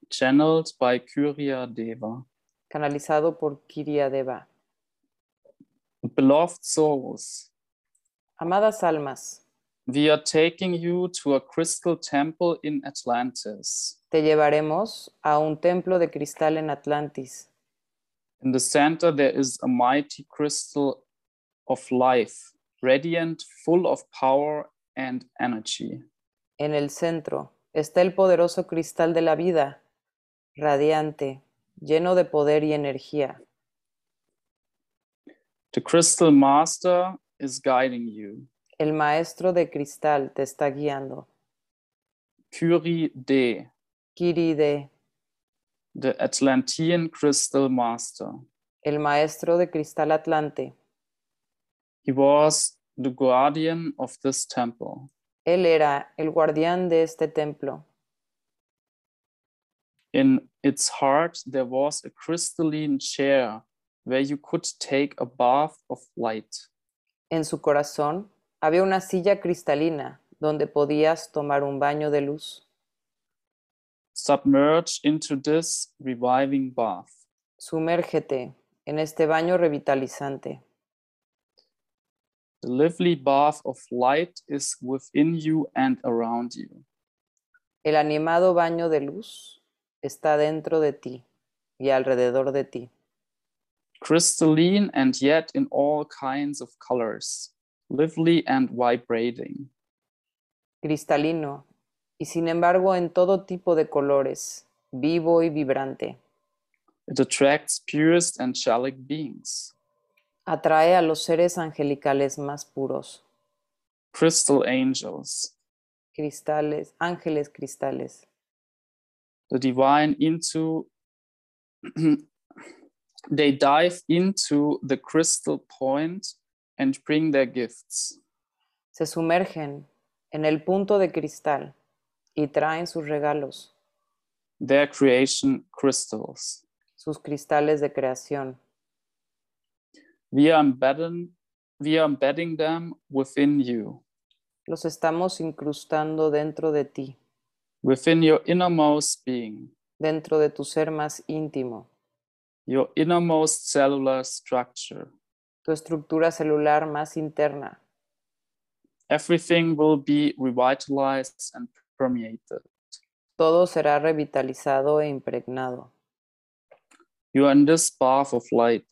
[SPEAKER 2] channeled by Kyria Deva.
[SPEAKER 1] Canalizado por Kiria Deva.
[SPEAKER 2] Beloved souls,
[SPEAKER 1] Amadas almas,
[SPEAKER 2] we are taking you to a crystal temple in Atlantis,
[SPEAKER 1] te llevaremos a un templo de cristal en Atlantis.
[SPEAKER 2] In the center, there is a mighty crystal of life, radiant, full of power and energy.
[SPEAKER 1] En el centro está el poderoso cristal de la vida, radiante, lleno de poder y energía.
[SPEAKER 2] The crystal master is guiding you,
[SPEAKER 1] El maestro de cristal te está guiando.
[SPEAKER 2] Kyrie De,
[SPEAKER 1] Kiride,
[SPEAKER 2] the Atlantean crystal master.
[SPEAKER 1] el maestro de cristal atlante,
[SPEAKER 2] He was the guardian of this temple.
[SPEAKER 1] él era el guardián de este templo.
[SPEAKER 2] In its heart, there was a crystalline chair where you could take a bath of light.
[SPEAKER 1] En su corazón había una silla cristalina donde podías tomar un baño de luz.
[SPEAKER 2] Submerge into this reviving bath.
[SPEAKER 1] Sumérgete en este baño revitalizante.
[SPEAKER 2] The lively bath of light is within you and around you.
[SPEAKER 1] El animado baño de luz está dentro de ti y alrededor de ti,
[SPEAKER 2] Crystalline and yet in all kinds of colors, lively and vibrating.
[SPEAKER 1] cristalino y sin embargo en todo tipo de colores, vivo y vibrante.
[SPEAKER 2] It attracts purest angelic beings.
[SPEAKER 1] Atrae a los seres angelicales más puros,
[SPEAKER 2] Crystal angels,
[SPEAKER 1] cristales, ángeles cristales.
[SPEAKER 2] the divine into they dive into the crystal point and bring their gifts
[SPEAKER 1] se sumergen en el punto de cristal y traen sus regalos,
[SPEAKER 2] their creation crystals
[SPEAKER 1] sus cristales de creación.
[SPEAKER 2] we are embedding we are embedding them within you
[SPEAKER 1] Los estamos incrustando dentro de ti,
[SPEAKER 2] within your innermost being
[SPEAKER 1] dentro de tu ser más íntimo,
[SPEAKER 2] your innermost cellular structure
[SPEAKER 1] tu estructura celular más interna.
[SPEAKER 2] everything will be revitalized and permeated
[SPEAKER 1] Todo será revitalizado e impregnado.
[SPEAKER 2] you are in this bath of light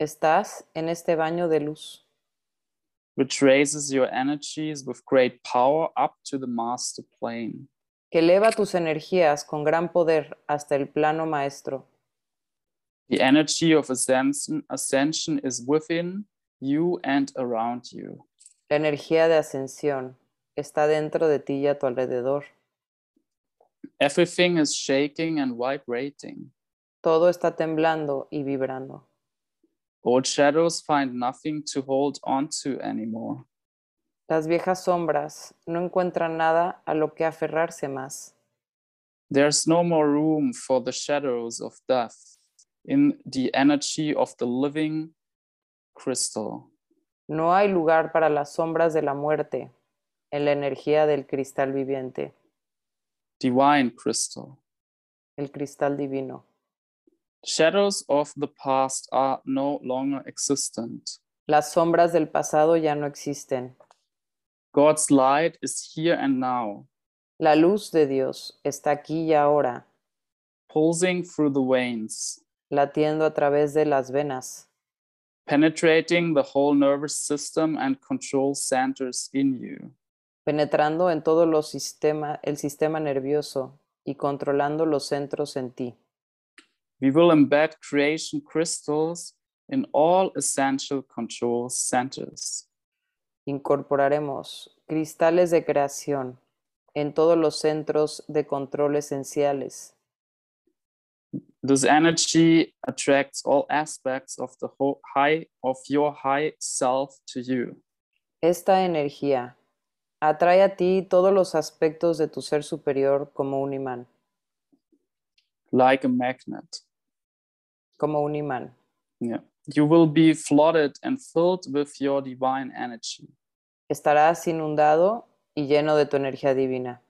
[SPEAKER 1] Estás en este baño de luz
[SPEAKER 2] which raises your energies with great power up to the master plane
[SPEAKER 1] que eleva tus energías con gran poder hasta el plano maestro.
[SPEAKER 2] The energy of ascension, ascension is within you and around you.
[SPEAKER 1] La energía de ascensión está dentro de ti y a tu alrededor.
[SPEAKER 2] Everything is shaking and vibrating.
[SPEAKER 1] Todo está temblando y vibrando.
[SPEAKER 2] Old shadows find nothing to hold on to anymore.
[SPEAKER 1] Las viejas sombras no encuentran nada a lo que aferrarse más.
[SPEAKER 2] There's no more room for the shadows of death in the energy of the living crystal.
[SPEAKER 1] No hay lugar para las sombras de la muerte en la energía del cristal viviente,
[SPEAKER 2] Divine crystal.
[SPEAKER 1] el cristal divino.
[SPEAKER 2] Shadows of the past are no longer existent.
[SPEAKER 1] Las sombras del pasado ya no existen.
[SPEAKER 2] God's light is here and now.
[SPEAKER 1] La luz de Dios está aquí y ahora.
[SPEAKER 2] pulsing through the veins,
[SPEAKER 1] latiendo a través de las venas,
[SPEAKER 2] penetrating the whole nervous system and control centers in you.
[SPEAKER 1] penetrando en todo los sistema, el sistema nervioso y controlando los centros en ti.
[SPEAKER 2] We will embed creation crystals in all essential control centers.
[SPEAKER 1] Incorporaremos cristales de creación en todos los centros de control esenciales.
[SPEAKER 2] This energy attracts all aspects of the whole high of your high self to you.
[SPEAKER 1] Esta energía atrae a ti todos los aspectos de tu ser superior como un imán,
[SPEAKER 2] like a magnet.
[SPEAKER 1] como un imán.
[SPEAKER 2] Yeah. You will be flooded and filled with your divine energy.
[SPEAKER 1] Estarás inundado y lleno de tu energía divina.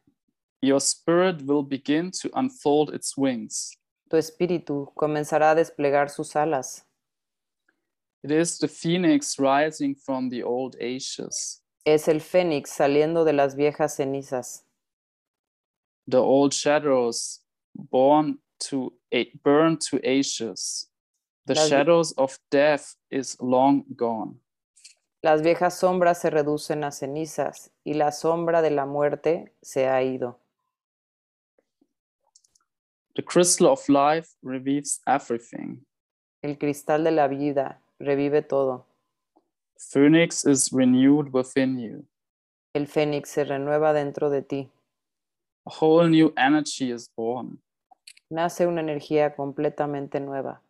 [SPEAKER 2] Your spirit will begin to unfold its wings.
[SPEAKER 1] Tu espíritu comenzará a desplegar sus alas.
[SPEAKER 2] It is the phoenix rising from the old ashes,
[SPEAKER 1] Es el fénix saliendo de las viejas cenizas,
[SPEAKER 2] the old shadows born to a- burn to ashes. The
[SPEAKER 1] Las-
[SPEAKER 2] shadows of death is long gone.
[SPEAKER 1] Las viejas sombras se reducen a cenizas y la sombra de la muerte se ha ido.
[SPEAKER 2] The crystal of life revives everything.
[SPEAKER 1] El cristal de la vida revive todo.
[SPEAKER 2] Phoenix is renewed within you.
[SPEAKER 1] El fénix se renueva dentro de ti.
[SPEAKER 2] A whole new energy is born.
[SPEAKER 1] Nace una energía completamente nueva.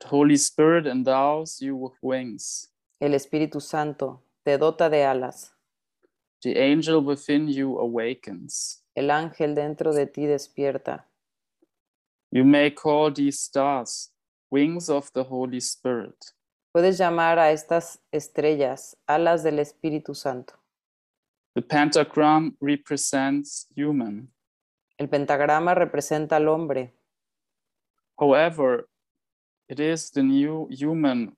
[SPEAKER 2] The Holy Spirit endows you with wings.
[SPEAKER 1] El Espíritu Santo te dota de alas.
[SPEAKER 2] The angel within you awakens.
[SPEAKER 1] El ángel dentro de ti despierta.
[SPEAKER 2] You may call these stars wings of the Holy Spirit.
[SPEAKER 1] Puedes llamar a estas estrellas alas del Espíritu Santo.
[SPEAKER 2] The pentagram represents human.
[SPEAKER 1] El pentagrama representa al hombre.
[SPEAKER 2] However, it is the new human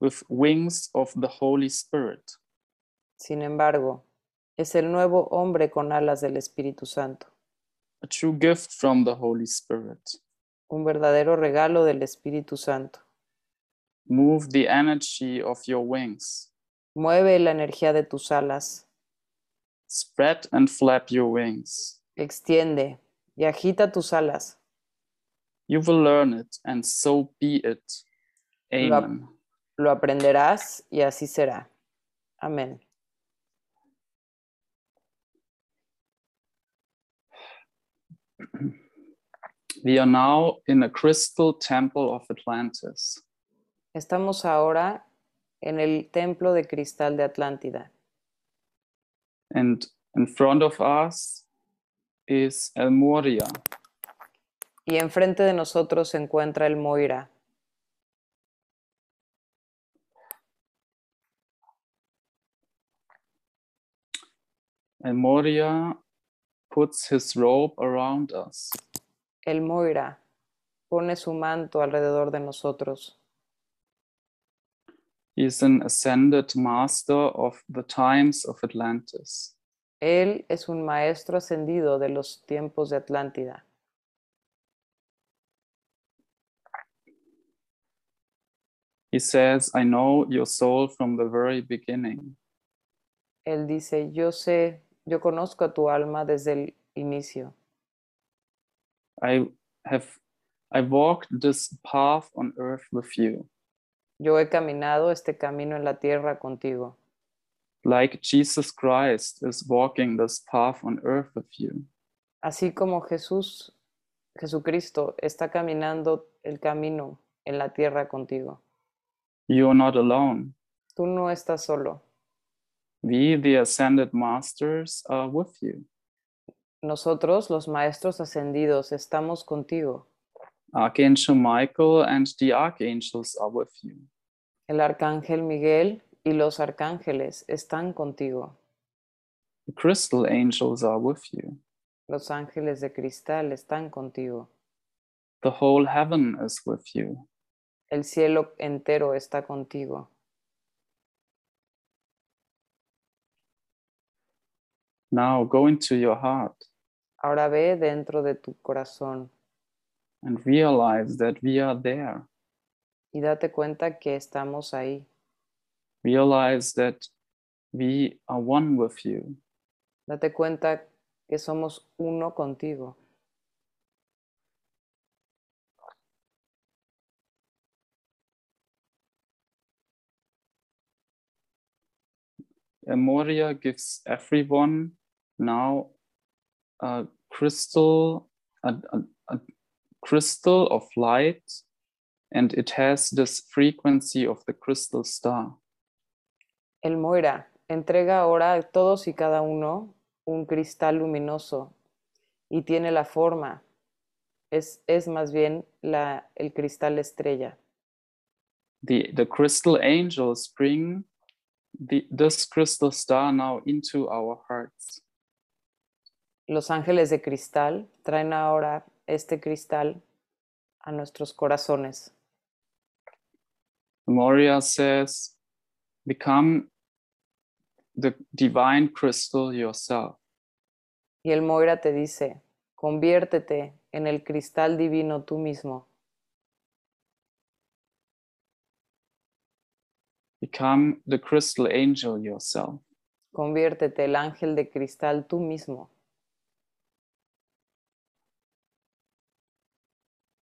[SPEAKER 2] with wings of the Holy Spirit.
[SPEAKER 1] Sin embargo, es el nuevo hombre con alas del Espíritu Santo.
[SPEAKER 2] a true gift from the Holy Spirit.
[SPEAKER 1] un verdadero regalo del Espíritu Santo.
[SPEAKER 2] Move the energy of your wings.
[SPEAKER 1] Mueve la energía de tus alas,
[SPEAKER 2] Spread and flap your wings.
[SPEAKER 1] extiende y agita tus alas.
[SPEAKER 2] You will learn it, and so be it.
[SPEAKER 1] Lo ap-
[SPEAKER 2] Amen.
[SPEAKER 1] Lo aprenderás y así será. Amén.
[SPEAKER 2] We are now in a crystal temple of Atlantis.
[SPEAKER 1] Estamos ahora en el templo de cristal de Atlántida.
[SPEAKER 2] And in front of us is El Moria,
[SPEAKER 1] Y enfrente de nosotros se encuentra el Moira.
[SPEAKER 2] El Moria puts his robe around us.
[SPEAKER 1] El Moira pone su manto alrededor de nosotros.
[SPEAKER 2] He is an ascended master of the times of Atlantis.
[SPEAKER 1] Él es un maestro ascendido de los tiempos de Atlántida.
[SPEAKER 2] He says, I know your soul from the very beginning.
[SPEAKER 1] Él dice, yo sé, yo conozco a tu alma desde el inicio.
[SPEAKER 2] I have I walked this path on earth with you.
[SPEAKER 1] Yo he caminado este camino en la tierra contigo,
[SPEAKER 2] Like Jesus Christ is walking this path on earth with you.
[SPEAKER 1] así como Jesús, Jesucristo, está caminando el camino en la tierra contigo.
[SPEAKER 2] You are not alone.
[SPEAKER 1] Tú no estás solo.
[SPEAKER 2] We, the ascended masters, are with you.
[SPEAKER 1] Nosotros, los maestros ascendidos, estamos contigo.
[SPEAKER 2] Archangel Michael and the archangels are with you.
[SPEAKER 1] El arcángel Miguel y los arcángeles están contigo.
[SPEAKER 2] The crystal angels are with you.
[SPEAKER 1] Los ángeles de cristal están contigo.
[SPEAKER 2] The whole heaven is with you.
[SPEAKER 1] El cielo entero está contigo.
[SPEAKER 2] Now go into your heart.
[SPEAKER 1] Ahora ve dentro de tu corazón
[SPEAKER 2] and realize that we are there.
[SPEAKER 1] y date cuenta que estamos ahí.
[SPEAKER 2] Realize that we are one with you.
[SPEAKER 1] Date cuenta que somos uno contigo.
[SPEAKER 2] Amoria gives everyone now a crystal, a, a, a crystal of light, and it has this frequency of the crystal star.
[SPEAKER 1] El Moira entrega ahora a todos y cada uno un cristal luminoso y tiene la forma. Es, es más bien la, el cristal estrella.
[SPEAKER 2] The the crystal angels bring the this crystal star now into our hearts.
[SPEAKER 1] Los ángeles de cristal traen ahora este cristal a nuestros corazones.
[SPEAKER 2] Moria says, become the divine crystal yourself.
[SPEAKER 1] Y el Moira te dice, conviértete en el cristal divino tú mismo.
[SPEAKER 2] Become the crystal angel yourself.
[SPEAKER 1] Conviértete el ángel de cristal tú mismo.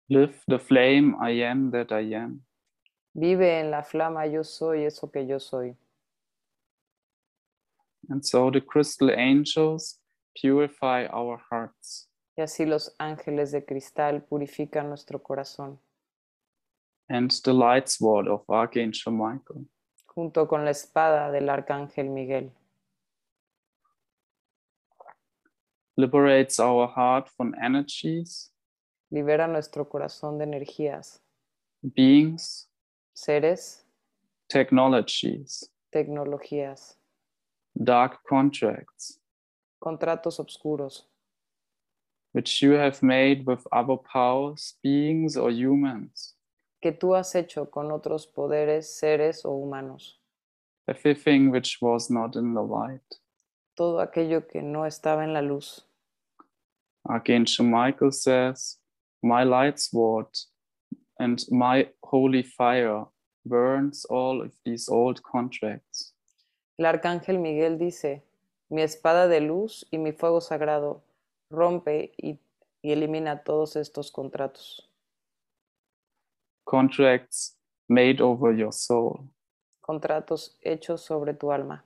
[SPEAKER 2] Live the flame I am that I am.
[SPEAKER 1] Vive en la flama yo soy eso que yo soy.
[SPEAKER 2] And so the crystal angels purify our hearts.
[SPEAKER 1] Y así los ángeles de cristal purifican nuestro corazón,
[SPEAKER 2] And the light sword of Archangel Michael.
[SPEAKER 1] junto con la espada del arcángel Miguel.
[SPEAKER 2] liberates our heart from energies,
[SPEAKER 1] Libera nuestro corazón de energías,
[SPEAKER 2] beings,
[SPEAKER 1] seres,
[SPEAKER 2] technologies,
[SPEAKER 1] tecnologías,
[SPEAKER 2] dark contracts,
[SPEAKER 1] contratos oscuros
[SPEAKER 2] which you have made with other powers, beings, or humans.
[SPEAKER 1] que tú has hecho con otros poderes, seres o humanos.
[SPEAKER 2] Everything which was not in the light.
[SPEAKER 1] Todo aquello que no estaba en la luz.
[SPEAKER 2] Archangel Michael says, My light sword and my holy fire burns all of these old contracts.
[SPEAKER 1] El arcángel Miguel dice, mi espada de luz y mi fuego sagrado rompe y, y elimina todos estos contratos,
[SPEAKER 2] Contracts made over your soul.
[SPEAKER 1] contratos hechos sobre tu alma.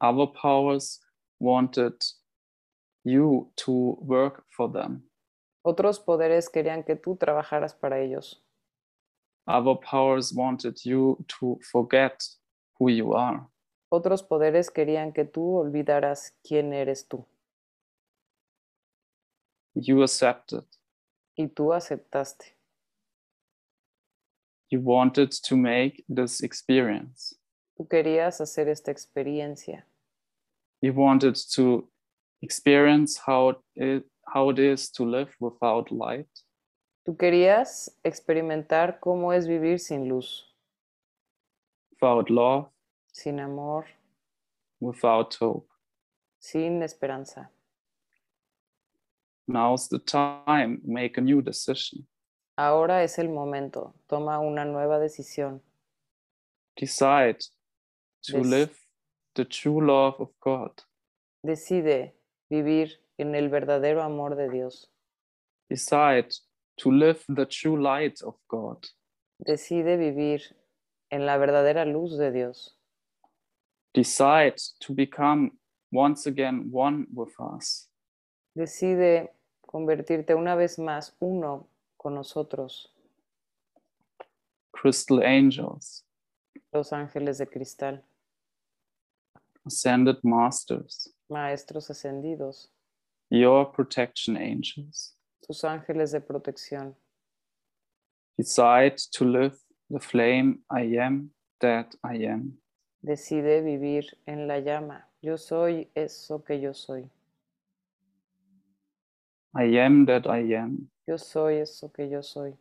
[SPEAKER 2] other powers wanted you to work for them.
[SPEAKER 1] Otros poderes querían que tú trabajaras para ellos.
[SPEAKER 2] Other powers wanted you to forget who you are.
[SPEAKER 1] Otros poderes querían que tú olvidaras quién eres tú.
[SPEAKER 2] You accepted.
[SPEAKER 1] Y tú aceptaste.
[SPEAKER 2] You wanted to make this experience.
[SPEAKER 1] Tú querías hacer esta experiencia.
[SPEAKER 2] You wanted to experience how it, how it is to live without light.
[SPEAKER 1] Tú querías experimentar cómo es vivir sin luz,
[SPEAKER 2] Without love,
[SPEAKER 1] sin amor,
[SPEAKER 2] without hope.
[SPEAKER 1] sin esperanza.
[SPEAKER 2] Now's the time. Make a new decision.
[SPEAKER 1] Ahora es el momento. Toma una nueva decisión.
[SPEAKER 2] Decide to
[SPEAKER 1] Yes.
[SPEAKER 2] live the true love of God.
[SPEAKER 1] Decide vivir en el verdadero amor de Dios.
[SPEAKER 2] decide to live the true light of God.
[SPEAKER 1] Decide vivir en la verdadera luz de Dios.
[SPEAKER 2] Decide to become once again one with us.
[SPEAKER 1] Decide convertirte una vez más uno con nosotros,
[SPEAKER 2] Crystal angels,
[SPEAKER 1] los ángeles de cristal,
[SPEAKER 2] ascended masters,
[SPEAKER 1] maestros ascendidos,
[SPEAKER 2] your protection angels.
[SPEAKER 1] tus ángeles de protección.
[SPEAKER 2] Decide to live the flame I am that I am.
[SPEAKER 1] Decide vivir en la llama. Yo soy eso que yo soy.
[SPEAKER 2] I am that I am.
[SPEAKER 1] Yo soy eso que yo soy.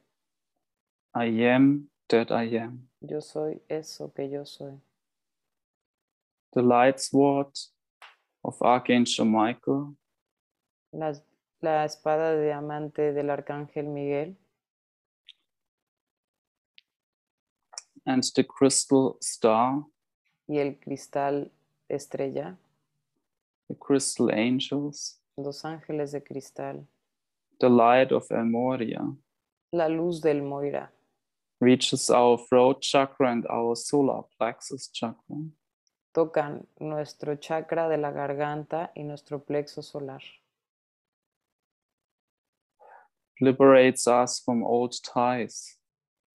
[SPEAKER 2] I am that I am.
[SPEAKER 1] Yo soy eso que yo soy.
[SPEAKER 2] The light sword of Archangel Michael
[SPEAKER 1] Las- la espada de diamante del arcángel Miguel
[SPEAKER 2] and the crystal star,
[SPEAKER 1] y el cristal estrella,
[SPEAKER 2] the crystal angels,
[SPEAKER 1] los ángeles de cristal,
[SPEAKER 2] the light of El Moria
[SPEAKER 1] la luz del Moira,
[SPEAKER 2] reaches our throat chakra and our solar plexus chakra.
[SPEAKER 1] tocan nuestro chakra de la garganta y nuestro plexo solar,
[SPEAKER 2] liberates us from old ties,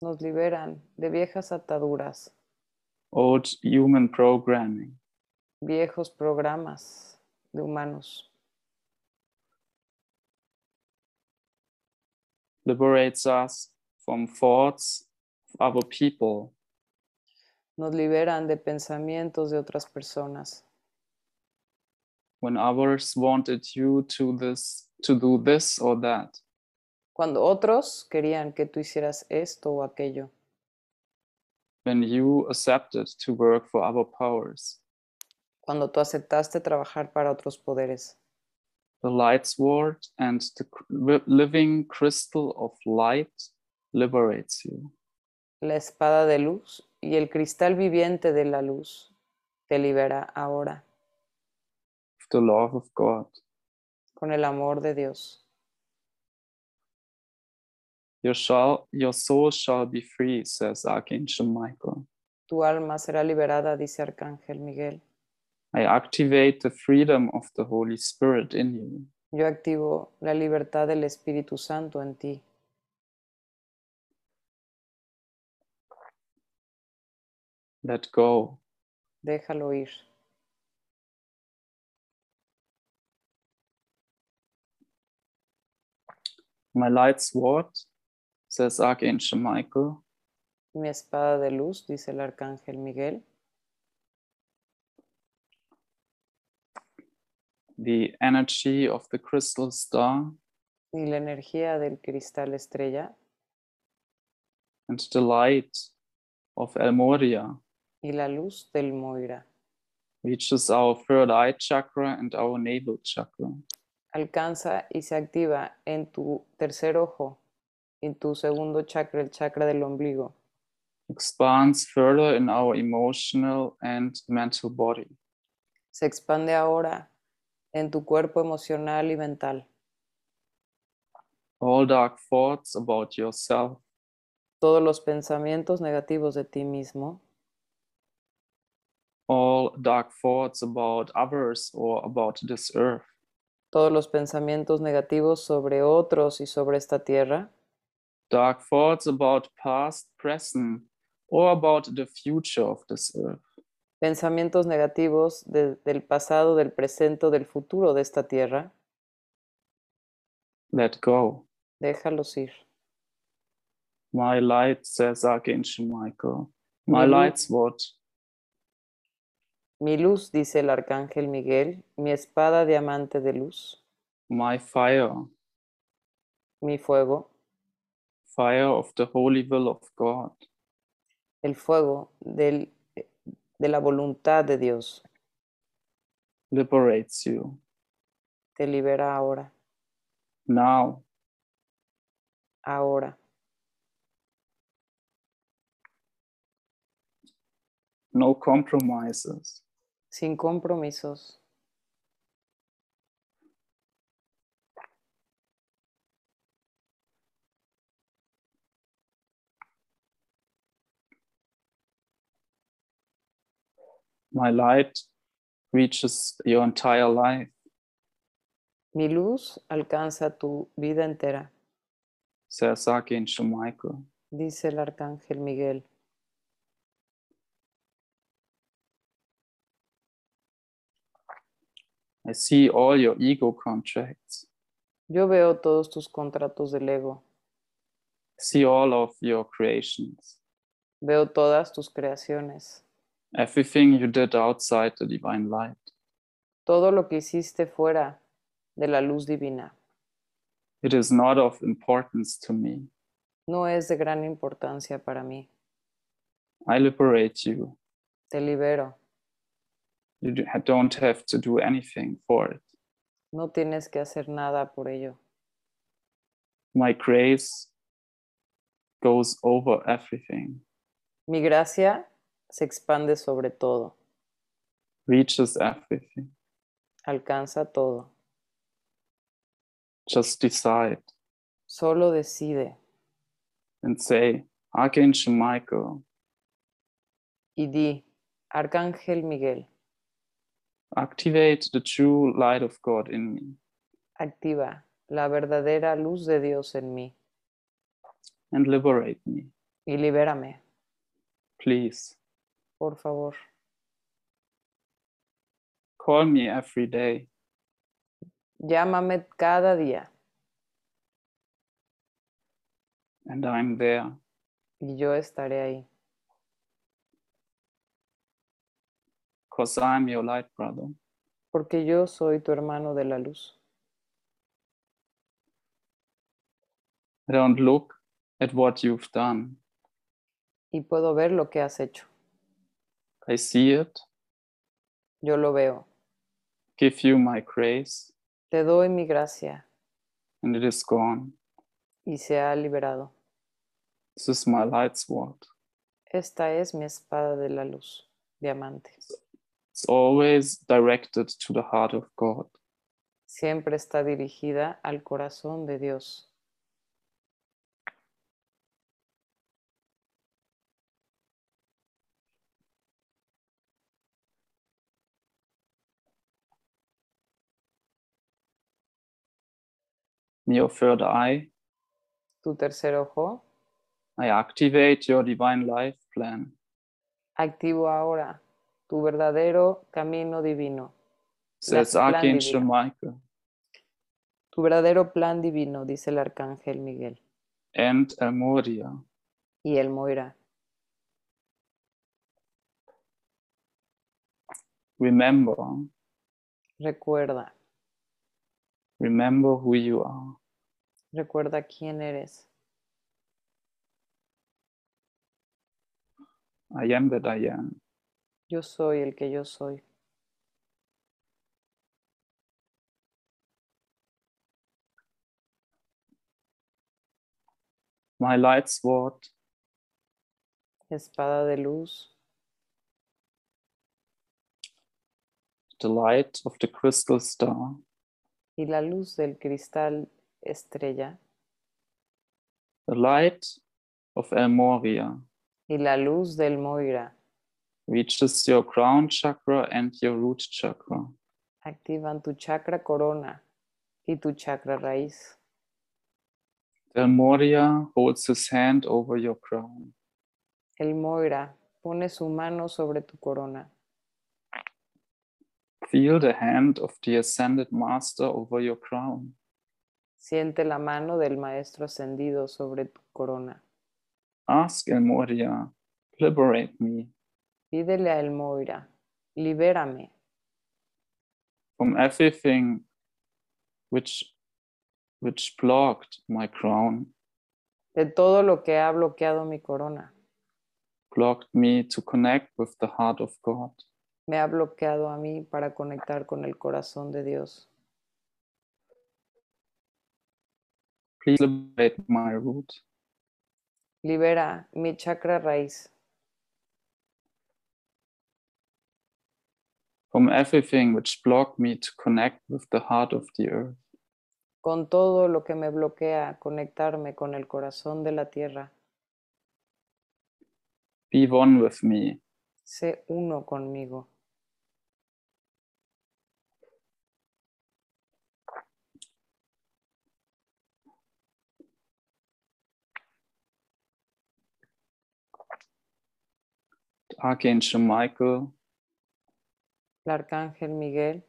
[SPEAKER 1] nos liberan de viejas ataduras,
[SPEAKER 2] old human programming,
[SPEAKER 1] viejos programas de humanos,
[SPEAKER 2] liberates us from thoughts of other people,
[SPEAKER 1] nos liberan de pensamientos de otras personas.
[SPEAKER 2] when others wanted you to this to do this or that
[SPEAKER 1] Cuando otros querían que tú hicieras esto o aquello,
[SPEAKER 2] when you accepted to work for other powers
[SPEAKER 1] cuando tú aceptaste trabajar para otros poderes,
[SPEAKER 2] the light sword and the cr- wi- living crystal of light liberates you
[SPEAKER 1] la espada de luz y el cristal viviente de la luz te libera ahora
[SPEAKER 2] with the love of god
[SPEAKER 1] con el amor de Dios.
[SPEAKER 2] your, shall, your soul shall be free says archangel michael
[SPEAKER 1] Tu alma será liberada, dice Arcángel Miguel.
[SPEAKER 2] i activate the freedom of the holy spirit in you
[SPEAKER 1] Yo activo la libertad del Espíritu Santo en ti.
[SPEAKER 2] let go
[SPEAKER 1] Déjalo ir.
[SPEAKER 2] my light sword says archangel michael
[SPEAKER 1] Mi espada de luz, dice el Arcángel Miguel,
[SPEAKER 2] the energy of the crystal star
[SPEAKER 1] y la energía del cristal estrella
[SPEAKER 2] and the light of El Moria
[SPEAKER 1] y la luz del Moira
[SPEAKER 2] reaches our third eye chakra and our navel chakra.
[SPEAKER 1] alcanza y se activa en tu tercer ojo, en tu segundo chakra, el chakra del ombligo,
[SPEAKER 2] Expands further in our emotional and mental body.
[SPEAKER 1] se expande ahora en tu cuerpo emocional y mental.
[SPEAKER 2] All dark thoughts about yourself
[SPEAKER 1] Todos los pensamientos negativos de ti mismo,
[SPEAKER 2] all dark thoughts about others or about this earth
[SPEAKER 1] todos los pensamientos negativos sobre otros y sobre esta tierra,
[SPEAKER 2] dark thoughts about past present or about the future of this earth
[SPEAKER 1] pensamientos negativos de- del pasado, del presente, o del futuro de esta tierra,
[SPEAKER 2] let go
[SPEAKER 1] déjalos ir.
[SPEAKER 2] my light says archangel michael my
[SPEAKER 1] Mhm.
[SPEAKER 2] light sword
[SPEAKER 1] Mi luz, dice el arcángel Miguel, mi espada diamante de luz,
[SPEAKER 2] my fire
[SPEAKER 1] mi fuego,
[SPEAKER 2] fire of the holy will of God,
[SPEAKER 1] el fuego del- de la voluntad de Dios,
[SPEAKER 2] liberates you
[SPEAKER 1] te libera ahora,
[SPEAKER 2] now.
[SPEAKER 1] ahora.
[SPEAKER 2] No compromises.
[SPEAKER 1] sin compromisos.
[SPEAKER 2] My light reaches your entire life,
[SPEAKER 1] Mi luz alcanza tu vida entera,
[SPEAKER 2] says Archangel Michael.
[SPEAKER 1] dice el arcángel Miguel.
[SPEAKER 2] I see all your ego contracts,
[SPEAKER 1] Yo veo todos tus contratos del ego,
[SPEAKER 2] I see all of your creations,
[SPEAKER 1] veo todas tus creaciones,
[SPEAKER 2] everything you did outside the divine light.
[SPEAKER 1] todo lo que hiciste fuera de la luz divina.
[SPEAKER 2] It is not of importance to me.
[SPEAKER 1] No es de gran importancia para mí.
[SPEAKER 2] I liberate you.
[SPEAKER 1] Te libero.
[SPEAKER 2] You do- don't have to do anything for it.
[SPEAKER 1] No tienes que hacer nada por ello.
[SPEAKER 2] My grace goes over everything,
[SPEAKER 1] Mi gracia se expande sobre todo,
[SPEAKER 2] reaches everything.
[SPEAKER 1] alcanza todo.
[SPEAKER 2] Just decide
[SPEAKER 1] Solo decide
[SPEAKER 2] and say, Archangel Michael,
[SPEAKER 1] y di, Arcángel Miguel,
[SPEAKER 2] activate the true light of God in me
[SPEAKER 1] activa la verdadera luz de Dios en mí
[SPEAKER 2] and liberate me,
[SPEAKER 1] y libérame,
[SPEAKER 2] please.
[SPEAKER 1] por favor.
[SPEAKER 2] Call me every day.
[SPEAKER 1] Llámame cada día
[SPEAKER 2] and I'm there.
[SPEAKER 1] y yo estaré ahí,
[SPEAKER 2] Cause I'm your light brother.
[SPEAKER 1] porque yo soy tu hermano de la luz.
[SPEAKER 2] I don't look at what you've done.
[SPEAKER 1] Y puedo ver lo que has hecho.
[SPEAKER 2] I see it,
[SPEAKER 1] Yo lo veo.
[SPEAKER 2] give you my grace,
[SPEAKER 1] Te doy mi gracia
[SPEAKER 2] and it is gone.
[SPEAKER 1] y se ha liberado.
[SPEAKER 2] This is my light sword.
[SPEAKER 1] Esta es mi espada de la luz, diamante.
[SPEAKER 2] It's always directed to the heart of God.
[SPEAKER 1] Siempre está dirigida al corazón de Dios.
[SPEAKER 2] Your third eye,
[SPEAKER 1] Tu tercer ojo,
[SPEAKER 2] I activate your divine life plan.
[SPEAKER 1] activo ahora tu verdadero camino divino,
[SPEAKER 2] Says
[SPEAKER 1] plan
[SPEAKER 2] Archangel
[SPEAKER 1] divino.
[SPEAKER 2] Michael.
[SPEAKER 1] tu verdadero plan divino, dice el arcángel Miguel.
[SPEAKER 2] And El Moria,
[SPEAKER 1] Y el Moira,
[SPEAKER 2] remember,
[SPEAKER 1] recuerda,
[SPEAKER 2] remember who you are.
[SPEAKER 1] recuerda quién eres.
[SPEAKER 2] I am that I am.
[SPEAKER 1] Yo soy el que yo soy.
[SPEAKER 2] My light sword
[SPEAKER 1] Espada de luz,
[SPEAKER 2] the light of the crystal star
[SPEAKER 1] y la luz del cristal estrella
[SPEAKER 2] the light of El Moria
[SPEAKER 1] y la luz del Moira
[SPEAKER 2] reaches your crown chakra and your root chakra.
[SPEAKER 1] activan tu chakra corona y tu chakra raíz.
[SPEAKER 2] El Moria holds his hand over your crown.
[SPEAKER 1] El Moira pone su mano sobre tu corona.
[SPEAKER 2] Feel the hand of the ascended master over your crown.
[SPEAKER 1] Siente la mano del maestro ascendido sobre tu corona.
[SPEAKER 2] Ask El Moria, liberate me
[SPEAKER 1] Pídele a El Moira, libérame
[SPEAKER 2] from everything which which blocked my crown,
[SPEAKER 1] de todo lo que ha bloqueado mi corona.
[SPEAKER 2] blocked me to connect with the heart of God.
[SPEAKER 1] Me ha bloqueado a mí para conectar con el corazón de Dios.
[SPEAKER 2] Please liberate my root.
[SPEAKER 1] Libera mi chakra raíz
[SPEAKER 2] from everything which blocked me to connect with the heart of the earth.
[SPEAKER 1] con todo lo que me bloquea conectarme con el corazón de la tierra.
[SPEAKER 2] Be one with me.
[SPEAKER 1] Sé uno conmigo.
[SPEAKER 2] Archangel Michael
[SPEAKER 1] El arcángel Miguel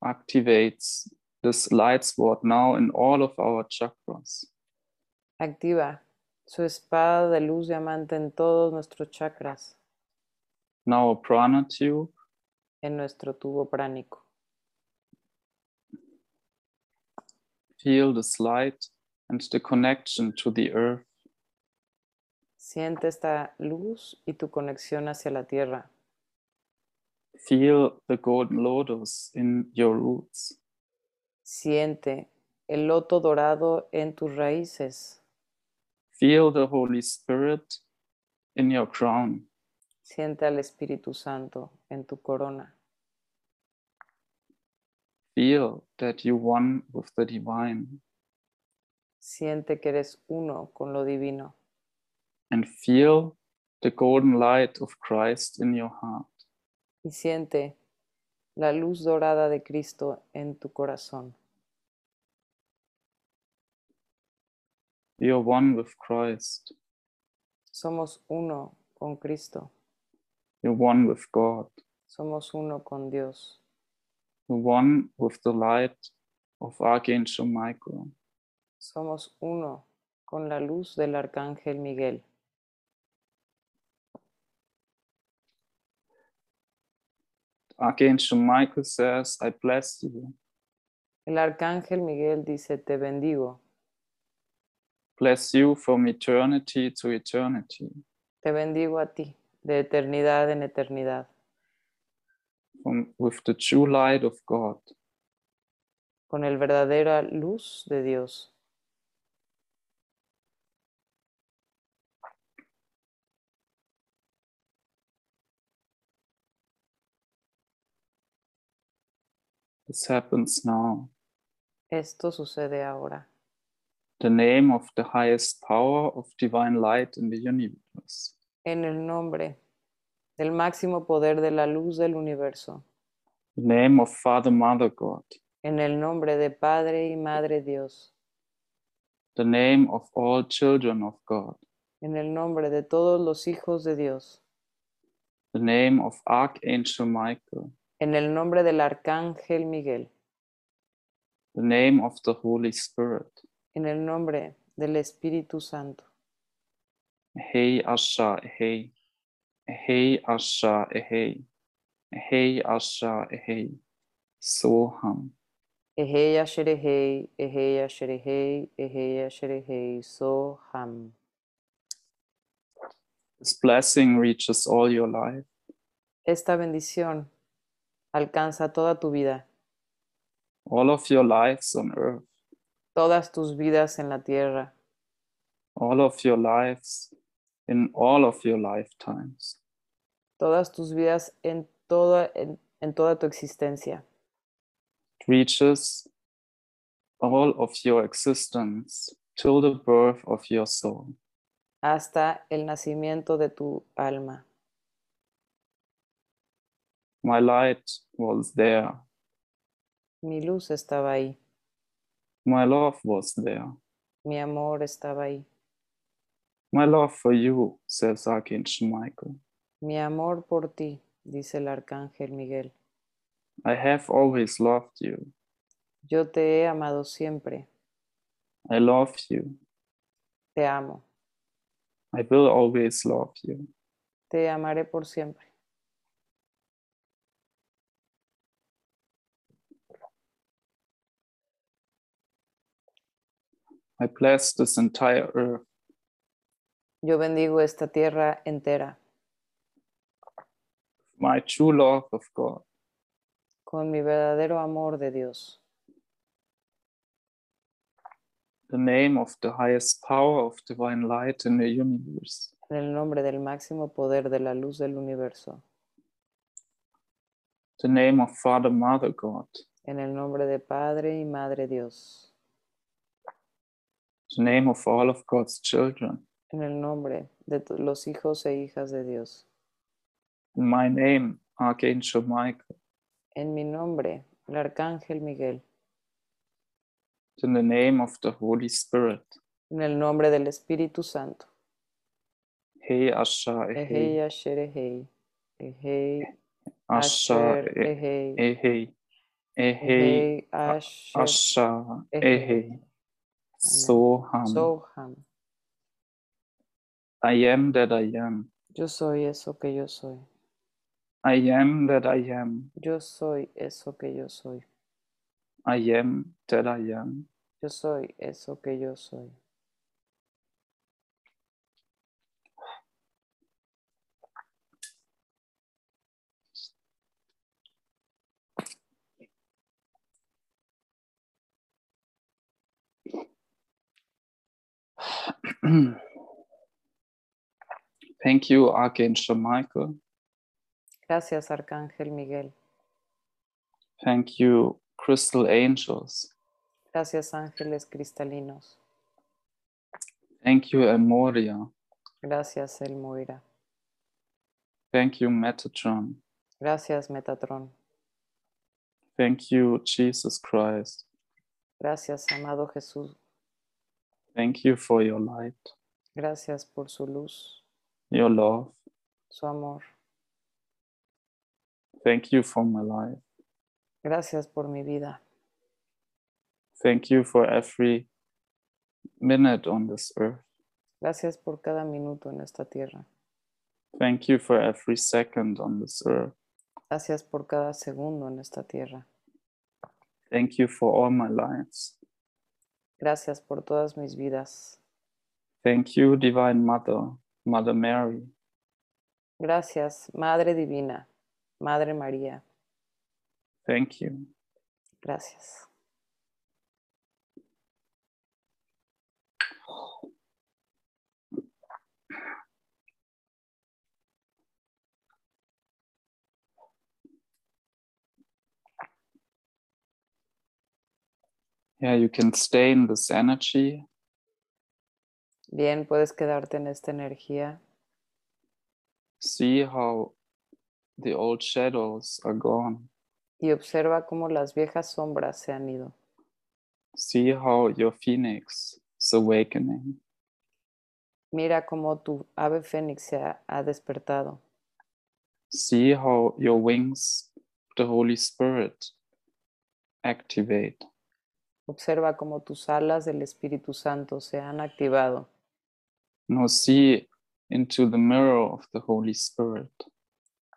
[SPEAKER 2] activates this light sword now in all of our chakras.
[SPEAKER 1] activa su espada de luz diamante en todos nuestros chakras,
[SPEAKER 2] In our prana tube,
[SPEAKER 1] en nuestro tubo pránico.
[SPEAKER 2] feel this light and the connection to the earth.
[SPEAKER 1] Siente esta luz y tu conexión hacia la tierra.
[SPEAKER 2] Feel the golden lotus in your roots.
[SPEAKER 1] Siente el loto dorado en tus raíces.
[SPEAKER 2] Feel the Holy Spirit in your crown.
[SPEAKER 1] Siente al Espíritu Santo en tu corona.
[SPEAKER 2] Feel that you one with the divine
[SPEAKER 1] Siente que eres uno con lo divino.
[SPEAKER 2] and feel the golden light of Christ in your heart.
[SPEAKER 1] Y siente la luz dorada de Cristo en tu corazón.
[SPEAKER 2] We are one with Christ.
[SPEAKER 1] Somos uno con Cristo.
[SPEAKER 2] You're one with God.
[SPEAKER 1] Somos uno con Dios.
[SPEAKER 2] You're one with the light of Archangel Michael.
[SPEAKER 1] Somos uno con la luz del Arcángel Miguel.
[SPEAKER 2] Archangel Michael says, I bless you.
[SPEAKER 1] El Arcángel Miguel dice, te bendigo.
[SPEAKER 2] Bless you from eternity to eternity,
[SPEAKER 1] Te bendigo a ti, de eternidad en eternidad,
[SPEAKER 2] from, with the true light of God.
[SPEAKER 1] con el verdadera luz de Dios.
[SPEAKER 2] This happens now.
[SPEAKER 1] Esto sucede ahora.
[SPEAKER 2] The name of the highest power of divine light in the universe.
[SPEAKER 1] En el nombre del máximo poder de la luz del universo.
[SPEAKER 2] The name of Father, Mother, God.
[SPEAKER 1] En el nombre de Padre y Madre Dios.
[SPEAKER 2] The name of all children of God.
[SPEAKER 1] En el nombre de todos los hijos de Dios.
[SPEAKER 2] The name of Archangel Michael.
[SPEAKER 1] En el nombre del Arcángel Miguel.
[SPEAKER 2] The name of the Holy Spirit.
[SPEAKER 1] En el nombre del Espíritu Santo.
[SPEAKER 2] Hey Asha, hey. Hey Asha, hey. Hey Asha, hey. Soham.
[SPEAKER 1] Ejeya Sherehei, Ejeya Sherehei, Ejeya Sherehei, Soham.
[SPEAKER 2] This blessing reaches all your life.
[SPEAKER 1] Esta bendición alcanza toda tu vida,
[SPEAKER 2] All of your lives on earth.
[SPEAKER 1] todas tus vidas en la tierra,
[SPEAKER 2] All of your lives in all of your lifetimes.
[SPEAKER 1] todas tus vidas en toda, en, en toda tu existencia.
[SPEAKER 2] It reaches all of your existence till the birth of your soul.
[SPEAKER 1] hasta el nacimiento de tu alma.
[SPEAKER 2] My light was there.
[SPEAKER 1] Mi luz estaba ahí,
[SPEAKER 2] My love was there.
[SPEAKER 1] mi amor estaba ahí,
[SPEAKER 2] My love for you, says Archangel Michael.
[SPEAKER 1] mi amor por ti, dice el arcángel Miguel.
[SPEAKER 2] I have always loved you.
[SPEAKER 1] Yo te he amado siempre,
[SPEAKER 2] I love you.
[SPEAKER 1] te amo,
[SPEAKER 2] I will always love you.
[SPEAKER 1] te amaré por siempre.
[SPEAKER 2] I bless this entire earth.
[SPEAKER 1] Yo bendigo esta tierra entera
[SPEAKER 2] with My true love of God.
[SPEAKER 1] con mi verdadero amor de Dios.
[SPEAKER 2] The name of the highest power of divine light in the universe.
[SPEAKER 1] En el nombre del máximo poder de la luz del universo,
[SPEAKER 2] The name of Father, Mother, God.
[SPEAKER 1] en el nombre de Padre y Madre Dios,
[SPEAKER 2] The name of all of God's children.
[SPEAKER 1] en el nombre de to- los hijos e hijas de Dios,
[SPEAKER 2] In my name, Archangel Michael.
[SPEAKER 1] en mi nombre, el arcángel Miguel.
[SPEAKER 2] In the name of the Holy Spirit.
[SPEAKER 1] En el nombre del Espíritu Santo.
[SPEAKER 2] Hey, Asha,
[SPEAKER 1] Ehei,
[SPEAKER 2] Hey,
[SPEAKER 1] asher, ehei. Ehei,
[SPEAKER 2] Asha,
[SPEAKER 1] asher,
[SPEAKER 2] eh,
[SPEAKER 1] ehei.
[SPEAKER 2] Ehei. Ehei.
[SPEAKER 1] Ehei, Eh, asher,
[SPEAKER 2] Asha.
[SPEAKER 1] Ehei.
[SPEAKER 2] Ehei. Soham.
[SPEAKER 1] soham.
[SPEAKER 2] I am that I am.
[SPEAKER 1] Yo soy eso que yo soy.
[SPEAKER 2] I am that I am.
[SPEAKER 1] Yo soy eso que yo soy.
[SPEAKER 2] I am that I am.
[SPEAKER 1] Yo soy eso que yo soy.
[SPEAKER 2] Thank you, Archangel Michael.
[SPEAKER 1] Gracias, Arcángel Miguel.
[SPEAKER 2] Thank you, Crystal Angels.
[SPEAKER 1] Gracias, ángeles cristalinos.
[SPEAKER 2] Thank you, El Moria.
[SPEAKER 1] Gracias, El Moira.
[SPEAKER 2] Thank you, Metatron.
[SPEAKER 1] Gracias, Metatron.
[SPEAKER 2] Thank you, Jesus Christ.
[SPEAKER 1] Gracias, amado Jesús.
[SPEAKER 2] Thank you for your light,
[SPEAKER 1] Gracias por su luz,
[SPEAKER 2] your love.
[SPEAKER 1] su amor.
[SPEAKER 2] Thank you for my life.
[SPEAKER 1] Gracias por mi vida.
[SPEAKER 2] Thank you for every minute on this earth.
[SPEAKER 1] Gracias por cada minuto en esta tierra.
[SPEAKER 2] Thank you for every second on this earth.
[SPEAKER 1] Gracias por cada segundo en esta tierra.
[SPEAKER 2] Thank you for all my lives.
[SPEAKER 1] Gracias por todas mis vidas.
[SPEAKER 2] Thank you, Divine Mother, Mother Mary.
[SPEAKER 1] Gracias, Madre Divina, Madre María.
[SPEAKER 2] Thank you.
[SPEAKER 1] Gracias.
[SPEAKER 2] Yeah, you can stay in this energy.
[SPEAKER 1] Bien, puedes quedarte en esta energía.
[SPEAKER 2] See how the old shadows are gone.
[SPEAKER 1] y observa cómo las viejas sombras se han ido.
[SPEAKER 2] See how your phoenix is awakening.
[SPEAKER 1] Mira cómo tu ave fénix se ha, ha despertado.
[SPEAKER 2] See how your wings, the Holy Spirit, activate.
[SPEAKER 1] Observa cómo tus alas del Espíritu Santo se han activado.
[SPEAKER 2] Now see into the mirror of the Holy Spirit.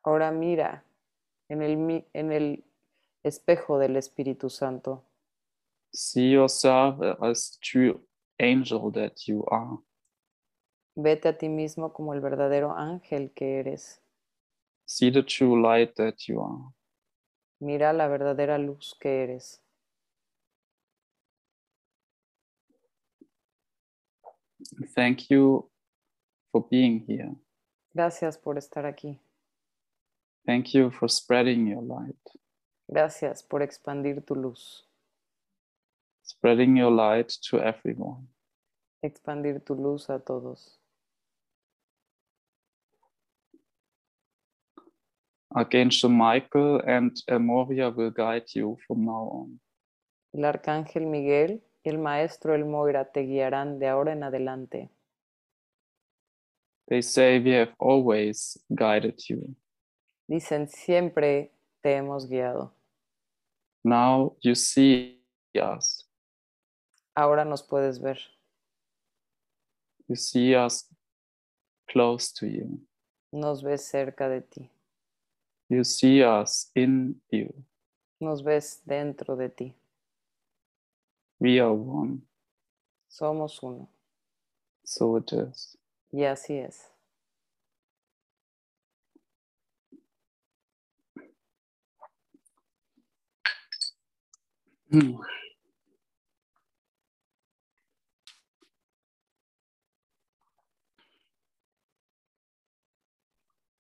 [SPEAKER 1] Ahora mira en el, mi- en el espejo del Espíritu Santo.
[SPEAKER 2] See yourself as the true angel that you are.
[SPEAKER 1] Vete a ti mismo como el verdadero ángel que eres.
[SPEAKER 2] See the true light that you are.
[SPEAKER 1] Mira la verdadera luz que eres.
[SPEAKER 2] Thank you for being here.
[SPEAKER 1] Gracias por estar aquí.
[SPEAKER 2] Thank you for spreading your light.
[SPEAKER 1] Gracias por expandir tu luz.
[SPEAKER 2] Spreading your light to everyone.
[SPEAKER 1] Expandir tu luz a todos.
[SPEAKER 2] Archangel Michael and Amoria will guide you from now on.
[SPEAKER 1] El arcángel Miguel y el maestro El Moira te guiarán de ahora en adelante.
[SPEAKER 2] They say we have always guided you.
[SPEAKER 1] Dicen, siempre te hemos guiado.
[SPEAKER 2] Now you see us.
[SPEAKER 1] Ahora nos puedes ver.
[SPEAKER 2] You see us close to you.
[SPEAKER 1] Nos ves cerca de ti.
[SPEAKER 2] You see us in you.
[SPEAKER 1] Nos ves dentro de ti.
[SPEAKER 2] We are one.
[SPEAKER 1] Somos uno.
[SPEAKER 2] So it is.
[SPEAKER 1] Y así es.
[SPEAKER 2] Hmm.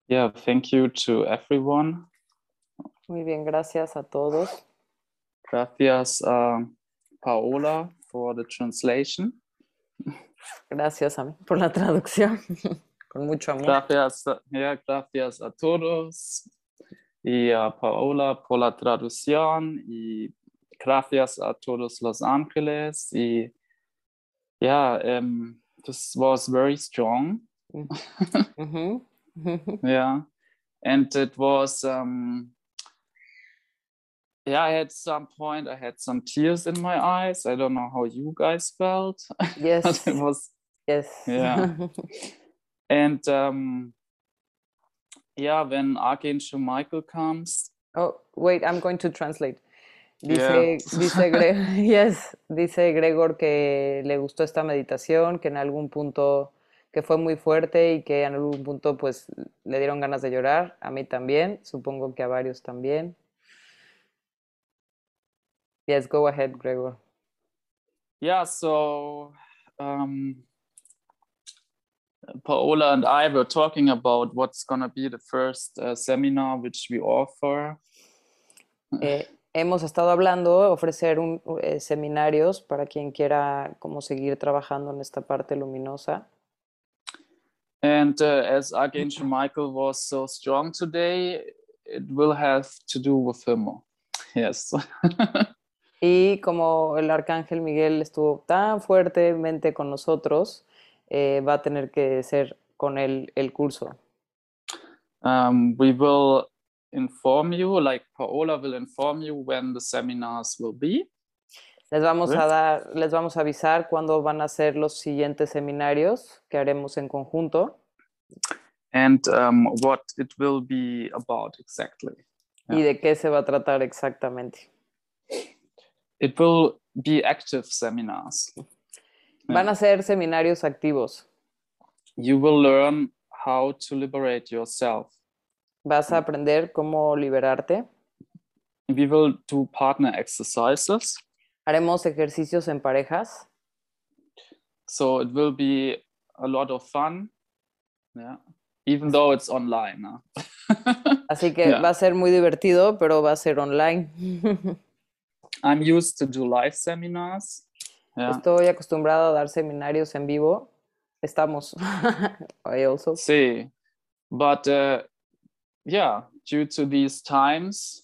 [SPEAKER 2] Yeah, thank you to everyone.
[SPEAKER 1] Muy bien, gracias a todos.
[SPEAKER 2] Gracias, um, Paola, for the translation.
[SPEAKER 1] Gracias a mí por la traducción. Con mucho amor.
[SPEAKER 2] Gracias, yeah, gracias a todos. Y a Paola por la traducción. Y gracias a todos los ángeles. Y yeah, um, this was very strong.
[SPEAKER 1] Ujú.
[SPEAKER 2] Yeah. And it was, um, yeah, I had some point, I had some tears in my eyes. I don't know how you guys felt, but
[SPEAKER 1] Yes.
[SPEAKER 2] it was
[SPEAKER 1] yes.
[SPEAKER 2] Yeah. And um, yeah, when Archangel Michael comes,
[SPEAKER 1] Oh, wait, I'm going to translate.
[SPEAKER 2] Yeah.
[SPEAKER 1] Dice, dice, Gre- yes, dice Gregor que le gustó esta meditación, que en algún punto, que fue muy fuerte y que en algún punto pues le dieron ganas de llorar, a mí también, supongo que a varios también. Yes, go ahead, Gregor.
[SPEAKER 2] yeah, so um, Paola and I were talking about what's going to be the first uh, seminar which we offer.
[SPEAKER 1] Eh, hemos estado hablando de ofrecer un, eh, seminarios para quien quiera como seguir trabajando en esta parte luminosa.
[SPEAKER 2] And uh, as Archangel Michael was so strong today, it will have to do with him. Yes.
[SPEAKER 1] Y como el arcángel Miguel estuvo tan fuertemente con nosotros, eh, va a tener que ser con él el curso.
[SPEAKER 2] um, we will inform you, like Paola will inform you when the seminars will be.
[SPEAKER 1] Les vamos a
[SPEAKER 2] Bien.
[SPEAKER 1] dar, les vamos a avisar cuándo van a ser los siguientes seminarios que haremos en conjunto
[SPEAKER 2] and um, what it will be about exactly.
[SPEAKER 1] y de qué se va a tratar exactamente.
[SPEAKER 2] It will be active seminars.
[SPEAKER 1] Van a ser seminarios activos.
[SPEAKER 2] You will learn how to liberate yourself.
[SPEAKER 1] Vas a aprender cómo liberarte.
[SPEAKER 2] We will do partner exercises.
[SPEAKER 1] Haremos ejercicios en parejas.
[SPEAKER 2] So it will be a lot of fun. Yeah. Even though it's online. huh?
[SPEAKER 1] Así que
[SPEAKER 2] Ya.
[SPEAKER 1] va a ser muy divertido, pero va a ser online.
[SPEAKER 2] I'm used to do live seminars. Yeah.
[SPEAKER 1] Estoy acostumbrada a dar seminarios en vivo. Estamos. I also.
[SPEAKER 2] See. But uh, yeah, due to these times,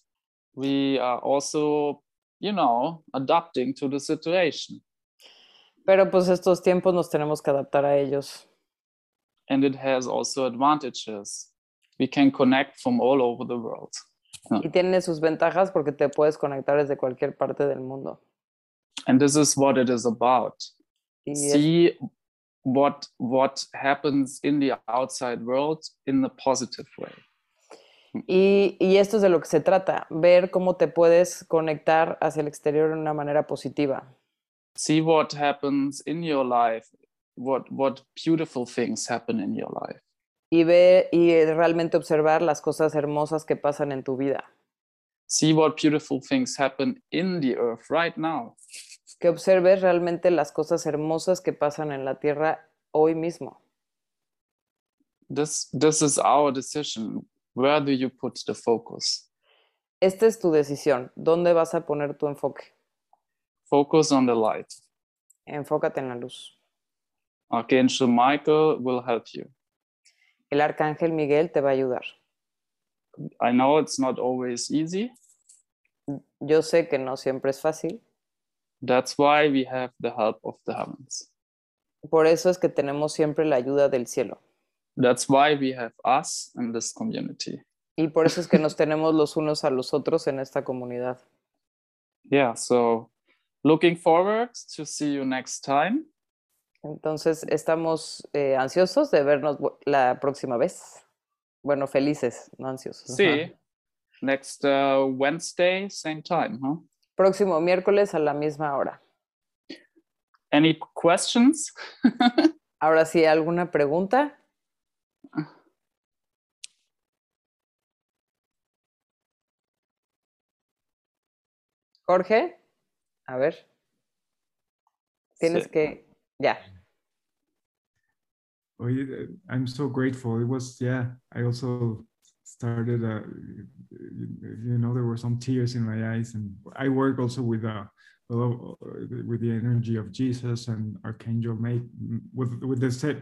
[SPEAKER 2] we are also, you know, adapting to the situation.
[SPEAKER 1] Pero pues estos tiempos nos tenemos que adaptar a ellos.
[SPEAKER 2] And it has also advantages. We can connect from all over the world.
[SPEAKER 1] Y tiene sus ventajas porque te puedes conectar desde cualquier parte del mundo.
[SPEAKER 2] And this is what it is about.
[SPEAKER 1] Y es-
[SPEAKER 2] See what what happens in the outside world in a positive way.
[SPEAKER 1] Y, y esto es de lo que se trata, ver cómo te puedes conectar hacia el exterior de una manera positiva.
[SPEAKER 2] See what happens in your life. What what beautiful things happen in your life.
[SPEAKER 1] Y ver y eh, realmente observar las cosas hermosas que pasan en tu vida.
[SPEAKER 2] see what beautiful things happen in the earth right now.
[SPEAKER 1] Que observes realmente las cosas hermosas que pasan en la tierra hoy mismo.
[SPEAKER 2] This this is our decision. Where do you put the focus?
[SPEAKER 1] Esta es tu decisión. ¿Dónde vas a poner tu enfoque?
[SPEAKER 2] Focus on the light.
[SPEAKER 1] Enfócate en la luz.
[SPEAKER 2] Archangel Michael will help you.
[SPEAKER 1] El arcángel Miguel te va a ayudar.
[SPEAKER 2] I know it's not always easy.
[SPEAKER 1] Yo sé que no siempre es fácil.
[SPEAKER 2] That's why we have the help of the heavens.
[SPEAKER 1] Por eso es que tenemos siempre la ayuda del cielo.
[SPEAKER 2] That's why we have us in this community.
[SPEAKER 1] Y por eso es que nos tenemos los unos a los otros en esta comunidad.
[SPEAKER 2] Yeah, so looking forward to see you next time.
[SPEAKER 1] Entonces, estamos eh, ansiosos de vernos bu- la próxima vez. Bueno, felices, no ansiosos. ajá.
[SPEAKER 2] See next uh, Wednesday, same time, huh?
[SPEAKER 1] Próximo miércoles a la misma hora.
[SPEAKER 2] Any questions?
[SPEAKER 1] Ahora sí, ¿alguna pregunta? Jorge, a ver. Tienes
[SPEAKER 2] Sí.
[SPEAKER 1] que... Ya.
[SPEAKER 3] Oh, yeah, I'm so grateful. It was, yeah, I also started, uh, you know, there were some tears in my eyes. And I work also with, uh, a lo- with the energy of Jesus and Archangel, Mike, with, with the se-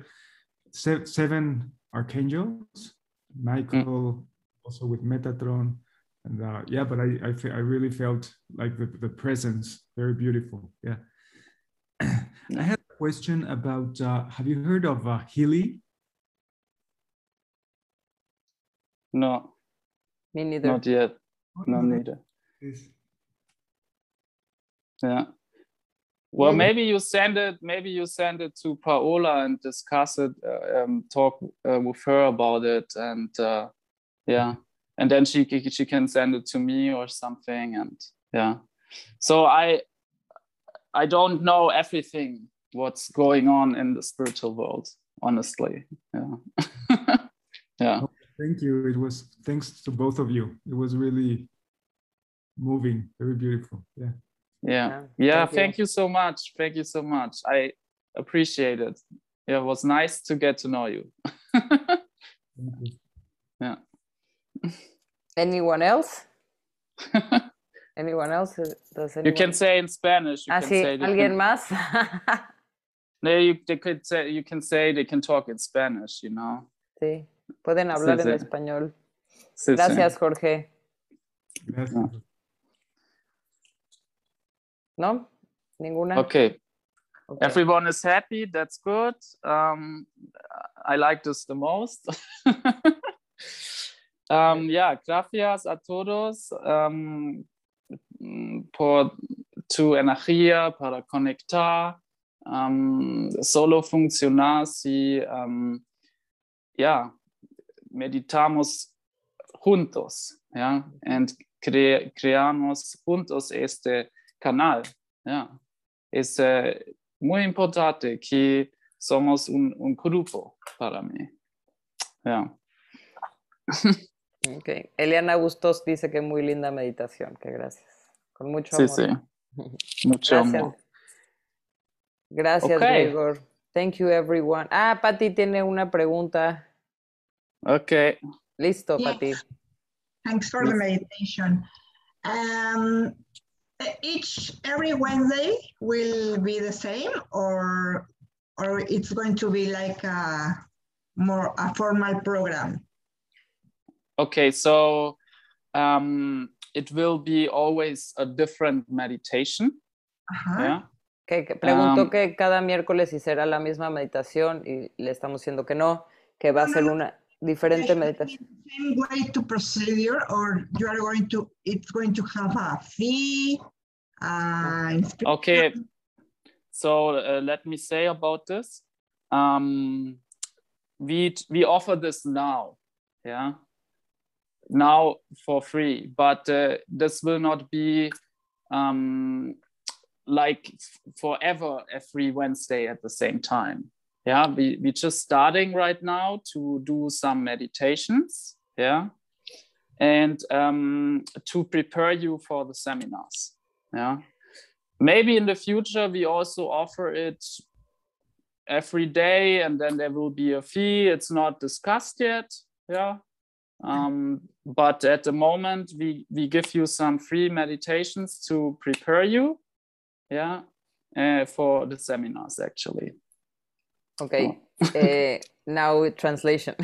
[SPEAKER 3] se- seven archangels, Michael, also with Metatron. And uh, yeah, but I, I, fe- I really felt like the, the presence, very beautiful. Yeah. I had a question about uh, have you heard of uh, Healy?
[SPEAKER 2] No.
[SPEAKER 1] Me neither.
[SPEAKER 2] Not yet. No neither. Yeah. Well,
[SPEAKER 1] Maybe.
[SPEAKER 2] maybe you send it. Maybe you send it to Paola and discuss it. Uh, um, talk uh, with her about it, and uh, yeah, and then she c- she can send it to me or something. And yeah, so I I don't know everything what's going on in the spiritual world, honestly. Yeah, yeah.
[SPEAKER 3] Thank you. It was thanks to both of you. It was really moving, very beautiful. Yeah.
[SPEAKER 2] Yeah.
[SPEAKER 1] Yeah,
[SPEAKER 2] Yeah.
[SPEAKER 1] Ah, thank
[SPEAKER 2] Thank
[SPEAKER 1] you.
[SPEAKER 2] you. so much. Thank you so much. I appreciate it. it was nice to get to know you. yeah.
[SPEAKER 1] Anyone else? Anyone else? Does
[SPEAKER 2] You
[SPEAKER 1] anyone-
[SPEAKER 2] can say in Spanish. You
[SPEAKER 1] Ah,
[SPEAKER 2] can
[SPEAKER 1] sí,
[SPEAKER 2] say they
[SPEAKER 1] alguien
[SPEAKER 2] can-
[SPEAKER 1] más.
[SPEAKER 2] No, you, they could say you can say they can talk in Spanish. You know.
[SPEAKER 1] sí, pueden hablar en
[SPEAKER 2] sí.
[SPEAKER 1] español.
[SPEAKER 2] Sí, sí.
[SPEAKER 1] Gracias, Jorge.
[SPEAKER 3] Gracias.
[SPEAKER 2] No.
[SPEAKER 1] ¿No? ¿Ninguna?
[SPEAKER 2] Okay.
[SPEAKER 1] Ok.
[SPEAKER 2] Everyone is happy. That's good. Um, I like this the most. um, yeah, gracias a todos um, mm, por tu energía para conectar. Um, solo funcionar si um, yeah, meditamos juntos yeah, and cre creamos juntos este canal. Yeah. Es, eh, muy importante que somos un, un grupo para mí. Yeah.
[SPEAKER 1] Ok. Eliana Bustos dice que muy linda meditación, que gracias. Con mucho
[SPEAKER 2] Sí,
[SPEAKER 1] amor.
[SPEAKER 2] sí. Mucho
[SPEAKER 1] Gracias.
[SPEAKER 2] amor.
[SPEAKER 1] Gracias,
[SPEAKER 2] Ok.
[SPEAKER 1] Gregor. Thank you, everyone. Ah, Patti tiene una pregunta.
[SPEAKER 2] Okay.
[SPEAKER 1] Listo,
[SPEAKER 4] Yes.
[SPEAKER 1] Patti.
[SPEAKER 4] Thanks for the meditation. Um, each every Wednesday will be the same, or or it's going to be like a more a formal program.
[SPEAKER 2] Okay. So um, it will be always a different meditation.
[SPEAKER 4] Ajá.
[SPEAKER 2] Yeah.
[SPEAKER 1] Que, que preguntó
[SPEAKER 2] Um,
[SPEAKER 1] que cada miércoles si será la misma meditación y le estamos diciendo que no, que va a
[SPEAKER 4] No, no,
[SPEAKER 1] ser
[SPEAKER 4] no.
[SPEAKER 1] una diferente
[SPEAKER 4] Same-
[SPEAKER 1] meditación.
[SPEAKER 4] Same way to procedure, or you are going to it's going to have a fee. Uh, inscription.
[SPEAKER 2] Okay. So uh, let me say about this. Um, we we offer this now, yeah, now for free. But uh, this will not be um, like f- forever every Wednesday at the same time. Yeah, we we just starting right now to do some meditations. Yeah, and um, to prepare you for the seminars. Yeah maybe in the future we also offer it every day and then there will be a fee it's not discussed yet yeah um, but at the moment we we give you some free meditations to prepare you yeah uh, for the seminars actually
[SPEAKER 1] Ok. eh, now translation.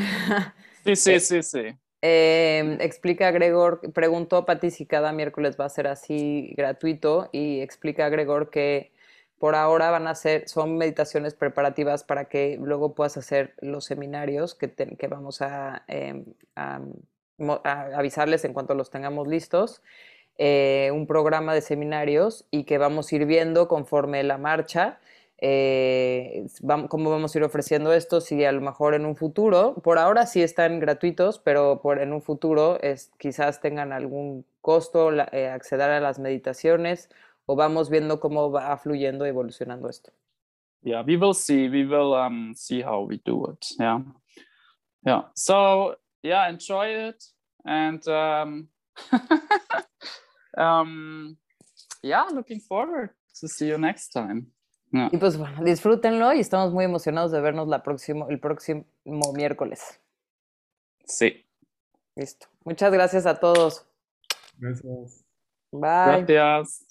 [SPEAKER 2] sí, sí, sí, sí.
[SPEAKER 1] Eh, explica Gregor, preguntó a Pati si cada miércoles va a ser así gratuito y explica a Gregor que por ahora van a ser, son meditaciones preparativas para que luego puedas hacer los seminarios que, te- que vamos a, eh, a mo- a avisarles en cuanto los tengamos listos, eh, un programa de seminarios y que vamos a ir viendo conforme la marcha eh, s- vam- cómo vamos a ir ofreciendo esto, si a lo mejor en un futuro, por ahora sí están gratuitos, pero por, en un futuro es, quizás tengan algún costo la- eh, acceder a las meditaciones o vamos viendo cómo va fluyendo, evolucionando esto.
[SPEAKER 2] yeah we will see we will um see how we do it yeah yeah so yeah enjoy it and um um yeah looking forward to see you next time yeah
[SPEAKER 1] Y pues bueno, disfrútenlo y estamos muy emocionados de vernos la próximo, el próximo miércoles.
[SPEAKER 2] see
[SPEAKER 1] Listo. Muchas gracias a todos.
[SPEAKER 3] Gracias.
[SPEAKER 1] Bye.
[SPEAKER 2] gracias